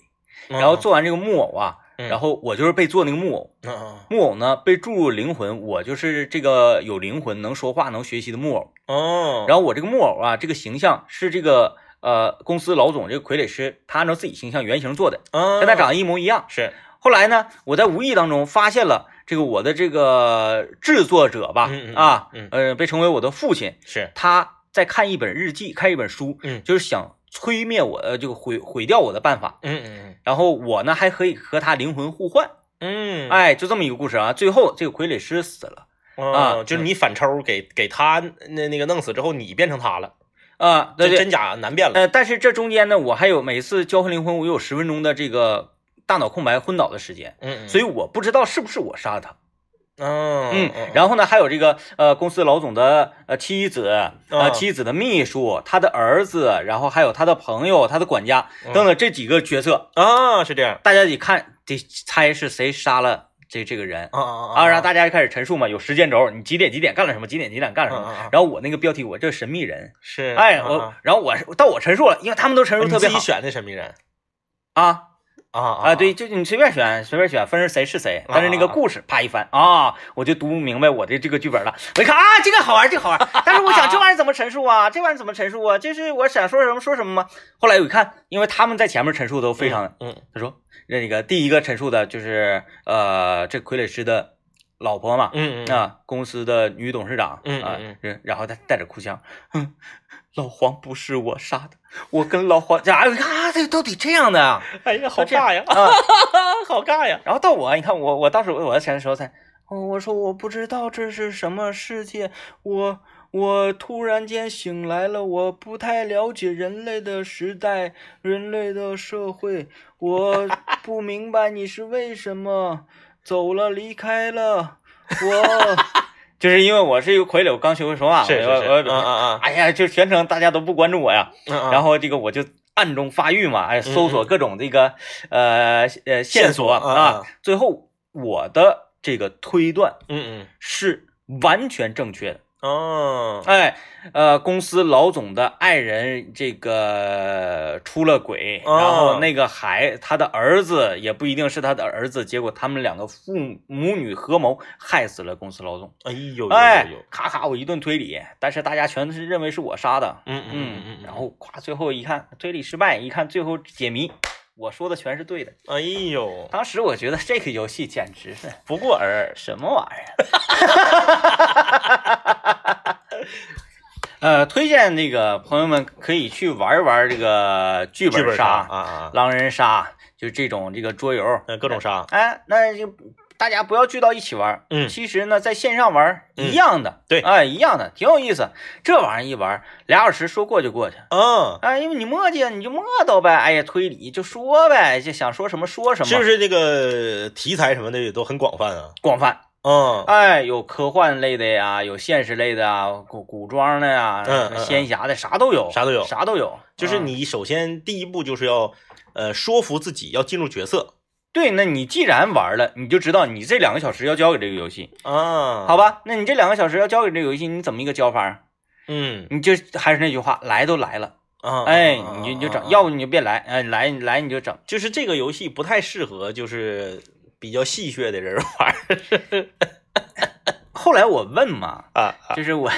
B: 嗯
A: 然后做完这个木偶啊，
B: 嗯
A: 然后我就是被做那个木偶，
B: 嗯
A: 木偶呢被注入灵魂，我就是这个有灵魂、能说话、能学习的木偶。
B: 嗯哦，
A: 然后我这个木偶啊，这个形象是这个呃公司老总这个傀儡师，他按照自己形象原型做的，
B: 后
A: 跟他长得一模一样。
B: 是
A: 后来呢，我在无意当中发现了这个我的这个制作者吧，
B: 嗯嗯
A: 啊
B: 嗯，
A: 呃，被称为我的父亲，
B: 是，
A: 他在看一本日记，看一本书，
B: 嗯
A: 就是想吹灭我，呃，这个毁毁掉我的办法。
B: 嗯嗯
A: 然后我呢还可以和他灵魂互换，
B: 嗯，
A: 哎，就这么一个故事啊。最后这个傀儡师死了
B: 哦
A: 啊
B: 就是你反抽给给他那那个弄死之后，你变成他了，
A: 啊，对
B: 这
A: 对，
B: 真假难辨了。
A: 呃，但是这中间呢，我还有每次交换灵魂，我有十分钟的这个大脑空白昏倒的时间，
B: 嗯，
A: 所
B: 以
A: 以我不知道是不是我杀的他。
B: 嗯
A: 嗯，然后呢，还有这个呃，公司老总的呃妻子，
B: 啊
A: 呃妻子的秘书，他的儿子，然后还有他的朋友、他的管家
B: 嗯
A: 等等这几个角色，
B: 啊是这样
A: 大家得看得猜是谁杀了这这个人。
B: 啊啊
A: 啊，然后大家就开始陈述嘛，有时间轴，你几点几点干了什么，几点几点干了什
B: 嗯嗯嗯
A: 么。然后我那个标题，我这神秘人，
B: 是
A: 哎，
B: 啊
A: 我
B: 啊
A: 然后我到我陈述了，因为他们都陈述
B: 嗯你
A: 特别
B: 自己
A: 好
B: 选的神秘人
A: 啊，
B: 啊
A: 啊，对，就你随便选，随便选，分是谁是谁，但是那个故事啪一翻啊，我就读不明白我的这个剧本了。我一看啊，这个好玩，这个好玩，但是我
B: [LAUGHS]
A: 想这玩意儿怎么陈述啊？这玩意儿怎么陈述啊？这是我想说什么说什么吗？后来我一看，因为他们在前面陈述都非常，
B: 嗯
A: 他说那个第一个陈述的就是呃，这傀儡师的老婆嘛，
B: 嗯嗯
A: 啊、公司的女董事长，
B: 嗯
A: 啊
B: 嗯，
A: 然然后她带着哭腔，哼，老黄不是我杀的，我跟老黄，哎，你看啊，这都得这样的啊。
B: 哎呀，好
A: 这样
B: 尬呀，
A: 啊
B: [LAUGHS] 好尬呀，
A: 然后到我，你看我，我当时我在前的时候才，哦，我说我不知道这是什么世界，我我突然间醒来了，我不太了解人类的时代，人类的社会，我不明白你是为什么 [LAUGHS] 走了离开了我， [LAUGHS] 就是因为我是一个傀儡，我刚学会说话，
B: 是是
A: 我我
B: 是，嗯啊啊啊，
A: 哎呀，就全程大家都不关注我呀，
B: 然
A: 然后这个我就暗中发育嘛，哎，搜索各种这个、呃呃
B: 线
A: 线
B: 索
A: 索
B: 啊啊
A: 最后我的这个推断
B: 嗯嗯
A: 是完全正确的。
B: 哦，
A: 哎，呃，公司老总的爱人这个出了轨，
B: 哦
A: 然后那个孩他的儿子也不一定是他的儿子，结果他们两个父母母女合谋害死了公司老总。
B: 哎呦，
A: 哎
B: 呦呦呦，
A: 咔咔我一顿推理，但是大家全是认为是我杀的，
B: 嗯嗯嗯
A: 嗯，
B: 嗯，
A: 然后夸最后一看推理失败，一看最后解谜，我说的全是对的。
B: 哎呦，
A: 当时我觉得这个游戏简直是
B: 不过尔，
A: [LAUGHS] 什么玩意儿。 [LAUGHS] 呃，推荐那个朋友们可以去玩一玩这个剧
B: 剧
A: 本
B: 本杀
A: 杀、
B: 啊啊，
A: 狼人杀，就这种这个桌游。
B: 嗯，各种杀，
A: 哎，那就大家不要聚到一起玩。
B: 嗯
A: 其实呢，在线上玩
B: 嗯
A: 一样的，
B: 对
A: 哎，一样的，挺有意思。这玩意儿一玩俩小时，说过就过去。
B: 嗯，
A: 哎，因为你磨叽，你就磨叨呗。哎呀，推理就嗯说呗，就想说什么说什么，
B: 是不
A: 是
B: 是这个题材什么的也都很广泛啊？
A: 广泛？
B: 嗯
A: 哎，有科幻类的呀，有现实类的啊，古古装的呀，呃
B: 嗯嗯
A: 仙侠的，啥都有，
B: 啥都有
A: 啥都有。
B: 就是
A: 啊
B: 你首先第一步就是要呃说服自己要进入角色
A: 对，那你既然玩了，你就知道你这两个小时要交给这个游戏，
B: 啊，
A: 好，吧？那你这两个小时要交给这个游戏，你怎么一个交法啊？
B: 嗯
A: 你就还是那句话，来都来了，
B: 啊，
A: 哎，
B: 啊
A: 你就你就
B: 啊
A: 整，
B: 啊
A: 要不你就别来，哎，来来你就整。
B: 就是这个游戏不太适合就是比较戏谑的人玩儿 [LAUGHS]
A: 后来我问嘛，
B: 啊啊
A: 就是我，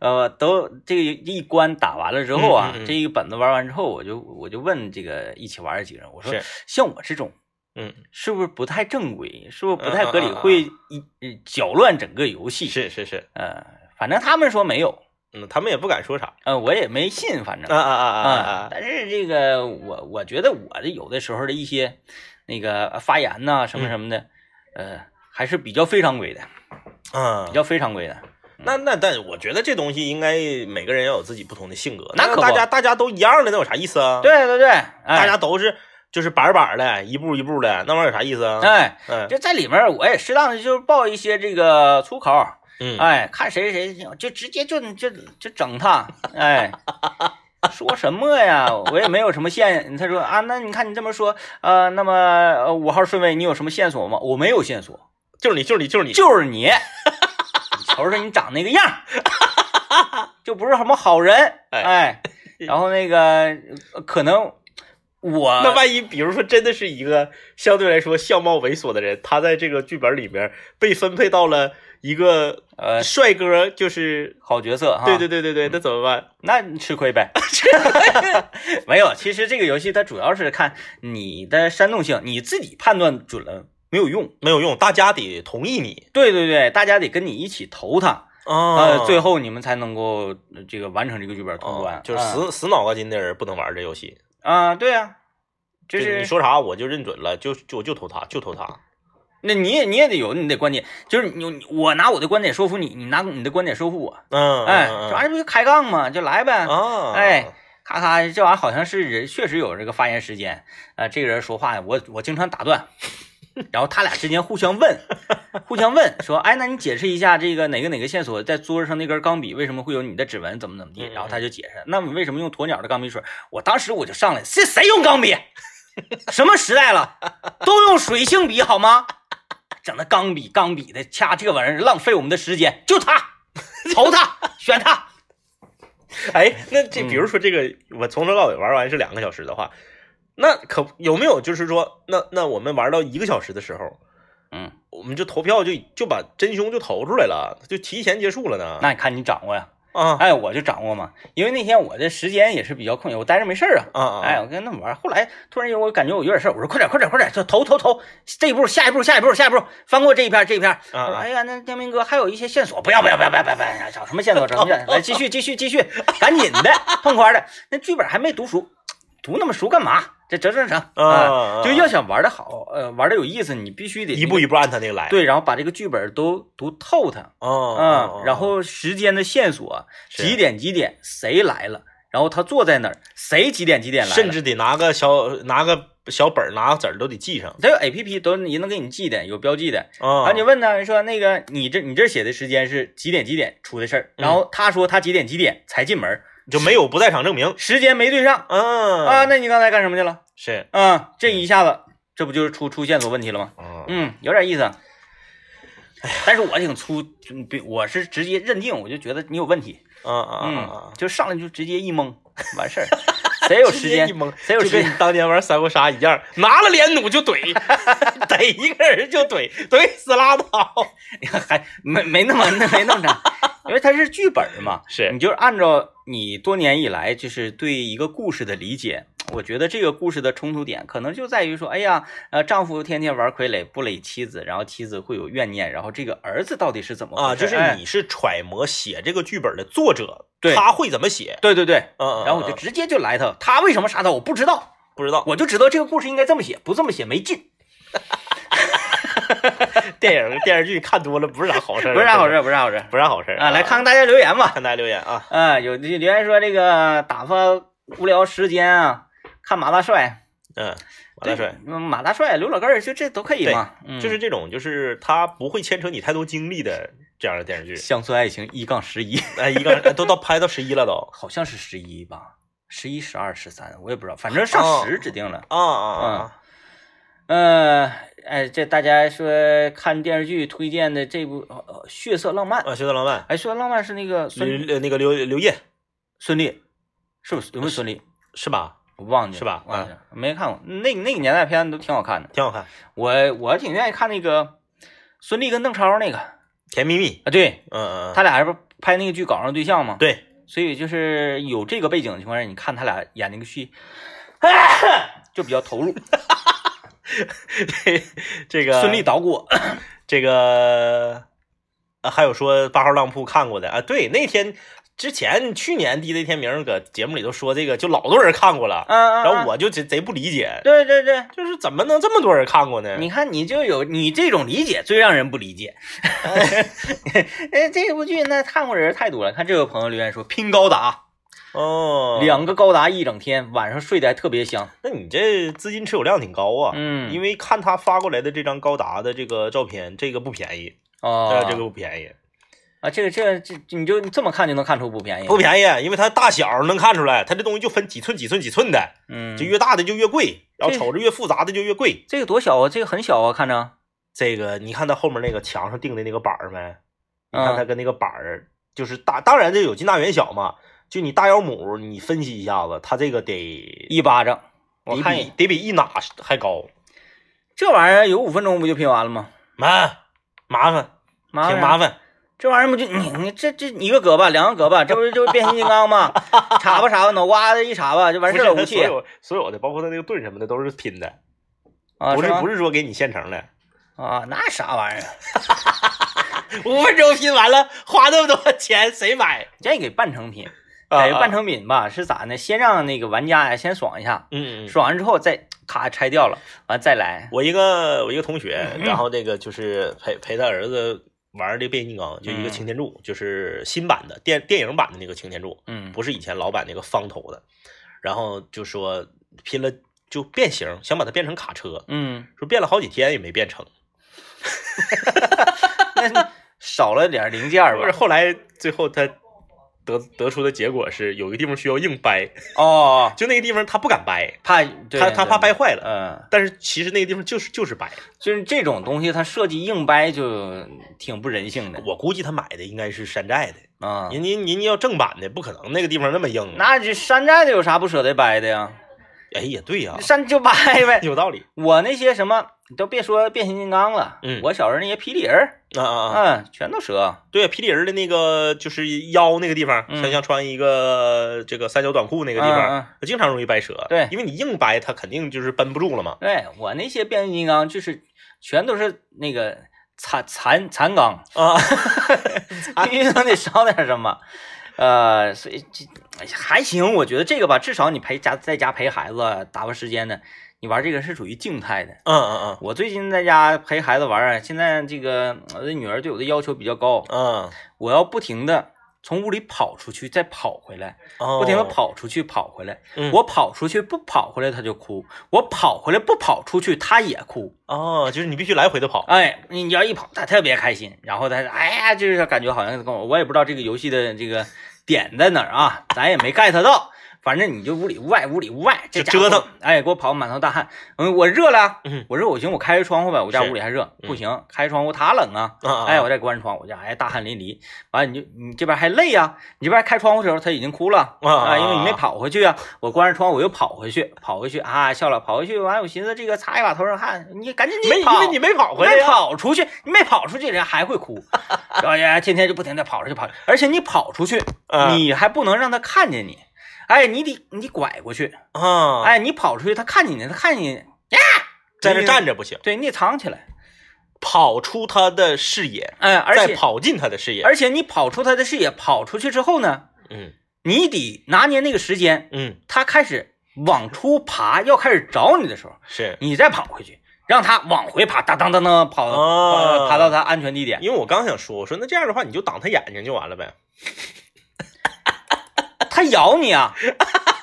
A: 呃，都这个一关打完了之后啊，
B: 嗯嗯嗯
A: 这一本子玩完之后，我就我就问这个一起玩的几个人，我说
B: 是
A: 像我这种
B: 嗯
A: 是不是不太正规，是不是不太合
B: 嗯
A: 理，
B: 嗯嗯嗯
A: 会一呃搅乱整个游戏？
B: 是是是，
A: 呃，反正他们说没有，
B: 嗯，他们也不敢说啥
A: 呃，我也没信，反正
B: 啊啊啊啊
A: 啊，
B: 啊，
A: 但是这个我我觉得我的有的时候的一些那个发言呐、什么什么的，呃，还是比较非常规的，
B: 嗯
A: 比，较非常规的。
B: 那那但我觉得这东西应该每个人要有自己不同的性格，
A: 那可不
B: 大家大家都一样的，那有啥意思啊？，
A: 对对对，
B: 大
A: 哎
B: 家都是就是板板的，一步一步的，那玩意儿有啥意思啊？
A: 哎，
B: [LAUGHS] 嗯
A: 就在里面我也适当的就是爆一些这个粗口，
B: 嗯
A: 哎，看谁谁就直接就就就整他，
B: [LAUGHS]
A: 哎。说什么呀？我也没有什么线。他说啊，那你看你这么说，呃，那么呃五号顺位你有什么线索吗？我没有线索。
B: 就是你，就是你，就是你，
A: 就是
B: [LAUGHS]
A: 你，你瞅瞅你长那个样儿，就不是什么好人，
B: 哎 [LAUGHS]
A: 哎，然后那个呃可能
B: 那
A: 我
B: 万一比如说真的是一个相对来说相貌猥琐的人，他在这个剧本里面被分配到了一个
A: 呃
B: 帅哥，就是、
A: 好角色哈，
B: 对对，对对
A: 嗯
B: 对，那怎么办？
A: 那你吃亏 [LAUGHS] 呗，没有，其实这个游戏它主要是看你的煽动性，你自己判断准了没有用，
B: 没有用，大家得同意你
A: 对对对，大家得跟你一起投它，
B: 啊
A: 呃，最后你们才能够呃这个完成这个剧本通关，
B: 就是
A: 啊
B: 死、死脑瓜筋的人不能玩这游戏。
A: 啊，对啊，就
B: 就是你说啥我就认准了，就就我就投他，就投他。
A: 那你也你也得有你的观点，就是你你我拿我的观点说服你，你拿你的观点说服我，
B: 嗯，
A: 哎，
B: 嗯
A: 这玩意儿不就开杠嘛，就来呗，
B: 啊，
A: 哎，咔咔，这玩意儿好像是人确实有这个发言时间，啊、这个人说话我我经常打断，然后他俩之间互相问， [LAUGHS] 互相问说，哎，那你解释一下这个哪个哪个线索在桌子上那根钢笔为什么会有你的指纹，怎么怎么地，然后他就解释，那你为什么用鸵鸟的钢笔水？我当时我就上来，这谁用钢笔？什么时代了，都用水性笔好吗？整那钢笔钢笔的，掐这玩意儿浪费我们的时间，就他，投他，选他， [LAUGHS]
B: [LAUGHS] 哎，那这
A: 嗯
B: 比如说这个，我从头到尾玩完是两个小时的话，那可有没有就是说，那那我们玩到一个小时的时候，
A: 嗯，
B: 我们就投票就就把真凶就投出来了，就提前结束了呢？
A: 那你看你掌握呀。[LAUGHS]
B: 啊
A: 哎，我就掌握嘛，因为那天我的时间也是比较空闲，我待着没事儿啊。
B: 啊啊！
A: 哎，我跟他们玩儿，后来突然间我感觉我有点事儿，我说快点快点快点，就投投投，这一步下一步下一步下一步，翻过这一片这一片。
B: 啊
A: 我说
B: 啊
A: 哎呀，那天明哥还有一些线索，不要不要不要不要不要不要，找什么线索找什么线索，来继续继续继续，赶紧的，痛快的，那剧本还没读熟，读那么熟干嘛？这整整整
B: 啊啊啊
A: 就要想玩的好，呃，玩的有意思，你必须得
B: 一步一步按他那个来。
A: 对，然后把这个剧本都读透它。
B: 啊，啊
A: 嗯，然后时间的线索，
B: 是
A: 几点几点谁来了，然后他坐在哪儿，谁几点几点来了，
B: 甚至得拿个小拿个小本儿拿个子儿都得记上
A: 他有 A P P 都也能给你记的，有标记的。然
B: 啊
A: 后你问他，你说那个你这你这写的时间是几点几点出的事
B: 嗯
A: 儿，然后他说他几点几点才进门，
B: 就没有不在场证明。
A: 时间没对上
B: 嗯
A: 啊，那你刚才干什么去了？
B: 是
A: 啊，这一下子这不就是出出线索问题了吗？
B: 啊
A: 嗯，有点意思。哎但是我挺粗，就比我是直接认定，我就觉得你有问题。
B: 啊啊啊
A: 嗯！，就上来就直接一
B: [LAUGHS]
A: 蒙，完事儿，谁有时间
B: 一？蒙，
A: 谁有
B: 就
A: 时
B: 跟
A: 间
B: 你当年玩三国杀一样，拿了连弩就怼， [LAUGHS] 逮一个人就怼，怼死拉倒。
A: 还没没那么那没那么长，因为它是剧本
B: [LAUGHS]
A: 嘛，
B: 是
A: 你就是按照你多年以来就是对一个故事的理解。我觉得这个故事的冲突点可能就在于说，哎呀，呃，丈夫天天玩傀儡，不理妻子，然后妻子会有怨念，然后这个儿子到底是怎么
B: 啊，
A: 回事？
B: 就是
A: 哎
B: 你是揣摩写这个剧本的作者，
A: 对
B: 他会怎么写，
A: 对对对，
B: 嗯嗯，
A: 然后我就
B: 嗯
A: 直接就来他，他为什么杀他，我不知道，
B: 不知道
A: 我就知道这个故事应该这么写，不这么写没劲，
B: [LAUGHS] 电影电视剧看多了嗯不是啥好事儿，
A: 不是啥好事，，不是啥好事
B: 不是啥好事儿
A: 啊！来看看大家留言吧。
B: 看大家留言
A: [LAUGHS]
B: 啊，
A: 啊，有留言说这个打发无聊时间啊，看马大帅。
B: 嗯，马大帅，
A: 嗯马大帅、刘老根儿，就这都可以嘛。嗯
B: 就是这种，就是他不会牵扯你太多精力的这样的电视剧。
A: 乡村爱情一杠十一，
B: [LAUGHS] 哎，一个哎都到拍到十一了都。
A: [LAUGHS] 好像是十一吧，十一、十二、十三，我也不知道，反正上
B: 哦
A: 十指定了。
B: 啊啊啊！
A: 呃，哎，这大家说看电视剧推荐的这部《呃血色浪漫》，
B: 啊，修特老板，
A: 哎，《血色浪漫》是那个孙
B: 刘呃那个刘刘烨
A: 孙俪，呃是不是有没有孙俪？
B: 是吧？
A: 我忘记了
B: 是吧
A: 忘记了，没看过。那那个年代片子都挺好看的，
B: 挺好看，《
A: 我我挺愿意看那个孙俪跟邓超那个啊，
B: 甜蜜蜜》。
A: 对
B: 嗯嗯，嗯
A: 他俩不是拍那个剧搞上对象吗？
B: 对，
A: 所以就是有这个背景的情况下，你看他俩演那个戏，就比较投入。
B: 这个
A: 孙俪捣鼓，
B: 这个、啊、还有说八号浪铺看过的啊，对，那天之前去年 DJ 天明搁节目里头说这个，就老多人看过了，
A: 嗯嗯，
B: 然后
A: 我，
B: 我就贼贼不理解，
A: 对对对，
B: 就是怎么能这么多人看过呢？
A: 你看你就有你这种理解最让人不理解。 [LAUGHS] 哎，这部剧那看过人太多了。看这位朋友留言说拼高达，
B: 哦，
A: 两个高达一整天，晚上睡得还特别香。
B: 那你这资金持有量挺高啊。
A: 嗯，
B: 因
A: 为
B: 为看他发过来的这张高达的这个照片，这个不便宜，
A: 哦
B: 呃，，这个不便宜，
A: 啊，这个这个这你就这么看就能看出不便宜，
B: 不便宜，因为它大小能看出来，它这东西就分几寸、几寸、几寸的，
A: 嗯，
B: 就越大的就越贵，然后
A: 这
B: 瞅着越复杂的就越贵。
A: 这个多小啊，这个很小啊，看着，
B: 这个你看它后面那个墙上钉的那个板儿没？你
A: 嗯
B: 看它跟那个板儿，就是大，当然这有近大远小嘛。就你大腰母，你分析一下子，它这个得
A: 一巴掌，我
B: 得
A: 看一
B: 比得比一哪还高，
A: 这玩意儿有五分钟不就拼完了吗？
B: 麻麻烦，
A: 麻
B: 挺
A: 烦
B: 麻烦。
A: 这玩意儿不就你你这这一个胳膊两个胳膊，这不是就变形金刚
B: [LAUGHS]
A: 吗？插吧插吧，脑瓜子一插吧就完
B: 不
A: 事
B: 是
A: 儿了，
B: 它
A: 武器
B: 所有所有的，包括它那个盾什么的，都是拼的，
A: 啊，
B: 不是
A: 吗
B: 不是说给你现成的。
A: 啊，那啥玩意儿，
B: 五分钟拼完了，花那么多钱谁买？
A: 这给半成品，
B: 啊
A: 给半成品吧是咋呢？先让那个玩家呀先爽一下，
B: 嗯嗯。
A: 爽完之后再咔拆掉了，完再来，
B: 我一个我一个同学，然
A: 嗯
B: 后那个就是陪陪他儿子玩这变形金刚，就一个
A: 嗯
B: 擎天柱，就是新版的电电影版的那个擎天柱，
A: 嗯
B: 不是以前老版那个方头的。然后就说拼了就变形，想把它变成卡车，
A: 嗯，
B: 说变了好几天也没变成。
A: 那少了点零件儿
B: 不是
A: 吧？
B: 后来最后他得得出的结果是，有一个地方需要硬掰，
A: 哦，
B: 就那个地方他不敢掰，
A: 怕
B: 他他怕，
A: 对
B: 掰坏了。
A: 嗯，
B: 但是其实那个地方就是就是掰，
A: 就是这种东西，它设计硬掰就挺不人性的
B: 我估计他买的应该是山寨的。
A: 啊。
B: 人家人家要正版的，不可能那个地方那么硬。啊
A: 那这山寨的有啥不舍得掰的呀？
B: 哎也对呀、
A: 山就掰呗。
B: 有道理。
A: 我那些什么，你都别说变形金刚了，
B: 嗯
A: 我小时候那些霹雳人儿，
B: 啊啊啊！
A: 嗯，全都折。
B: 对，霹雳人的那个就是腰那个地方，
A: 嗯
B: 像像穿一个这个三角短裤那
A: 那
B: 个地
A: 嗯
B: 方，
A: 嗯
B: 经常容易掰折。
A: 对
B: 因为你硬掰，它肯定就是绷不住了嘛。
A: 对我那些变形金刚就是全都是那个残残残
B: [LAUGHS]
A: 钢，
B: 啊，
A: 必须都得少点什么。呃，所以这哎呀还行，我觉得这个吧，至少你陪家在家陪孩子打发时间呢，你玩这个是属于静态的。
B: 嗯嗯
A: 我最近在家陪孩子玩啊，现在这个我的女儿对我的要求比较高，
B: 嗯
A: 我要不停的从屋里跑出去，再跑回来，
B: 嗯，
A: 不停的
B: 哦。
A: 跑出去，跑回来。
B: 嗯
A: 我跑出去不跑回来，她就哭；我跑回来不跑出去，她也哭。
B: 哦，就是你必须来回的跑。
A: 哎，你要一跑，她特别开心，然后她哎呀，就是感觉好像跟我，我也不知道这个游戏的这个点在哪儿啊， [LAUGHS] 咱也没 get 到。反正你就屋里屋外，屋里屋外，这
B: 就折
A: 家伙，哎，给我跑满头大汗。嗯，我热了，
B: 嗯
A: 我热，我行，我开着窗户呗，我家
B: 是
A: 屋里还热，
B: 嗯
A: 不行，开窗户它冷啊。
B: 啊，
A: 哎，我再关窗，我就哎大汗淋漓。完，你就你这边还累呀、你这边开窗户的时候，他已经哭了
B: 啊啊啊
A: 因为你没跑回去啊。我关上窗，我又跑回去，跑回去啊，笑了，跑回去。完，我寻思这个擦一把头上汗，你赶紧你
B: 没因
A: 跑，
B: 为你没跑回来
A: 没
B: 呀。
A: 跑出去，你没跑出去，人还会
B: [LAUGHS]
A: 哭。哎呀，天天就不停的跑出去跑，而且你跑出去，
B: 啊
A: 你还不能让他看见你。哎，你得你得拐过去。
B: 啊，
A: 哎，你跑出去，他看见你，他看见你，
B: 在那站着不行，
A: 对你得藏起来。
B: 跑出他的视野，
A: 哎，而
B: 再
A: 且
B: 跑进他的视野。
A: 而且你跑出他的视野，跑出去之后呢，
B: 嗯
A: 你得拿捏那个时间，
B: 嗯，
A: 他开始往出爬，要开始找你的时候，
B: 是。
A: 你再跑回去，让他往回爬，当当当当跑、
B: 哦
A: 跑爬到他安全地点。
B: 因为我刚想说，我说那这样的话，你就挡他眼睛就完了呗。
A: 他咬你啊！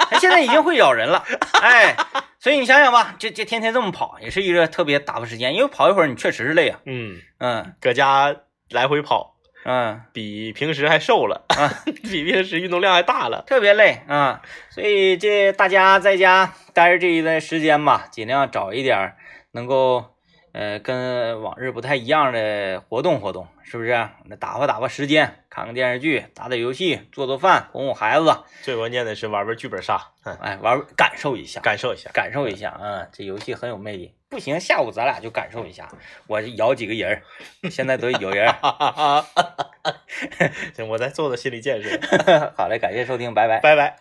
A: 他现在已经会咬人了，哎，所以你想想吧，这这天天这么跑，也是一个特别打发时间，因为跑一会儿你确实是累啊。
B: 嗯，
A: 嗯
B: 搁家来回跑，
A: 嗯，
B: 比平时还瘦了，
A: 啊
B: 比平时运动量还大了。
A: 特别累啊。所以这大家在家待着这一段时间吧，尽量找一点儿能够呃跟往日不太一样的活动活动，是不是？那打发打发时间，看看电视剧，打打游戏，做做饭，哄哄孩子，
B: 最关键的是玩玩剧本杀，嗯，
A: 哎，玩感受一下。
B: 感受一下。
A: 感受一下啊，这游戏很有魅力。不行，下午咱俩就感受一下。我摇几个人儿，现在都有人儿。
B: 哈哈哈哈哈！行，我在做做心理建设。
A: [LAUGHS] 好嘞，感谢收听，拜拜。
B: 拜拜。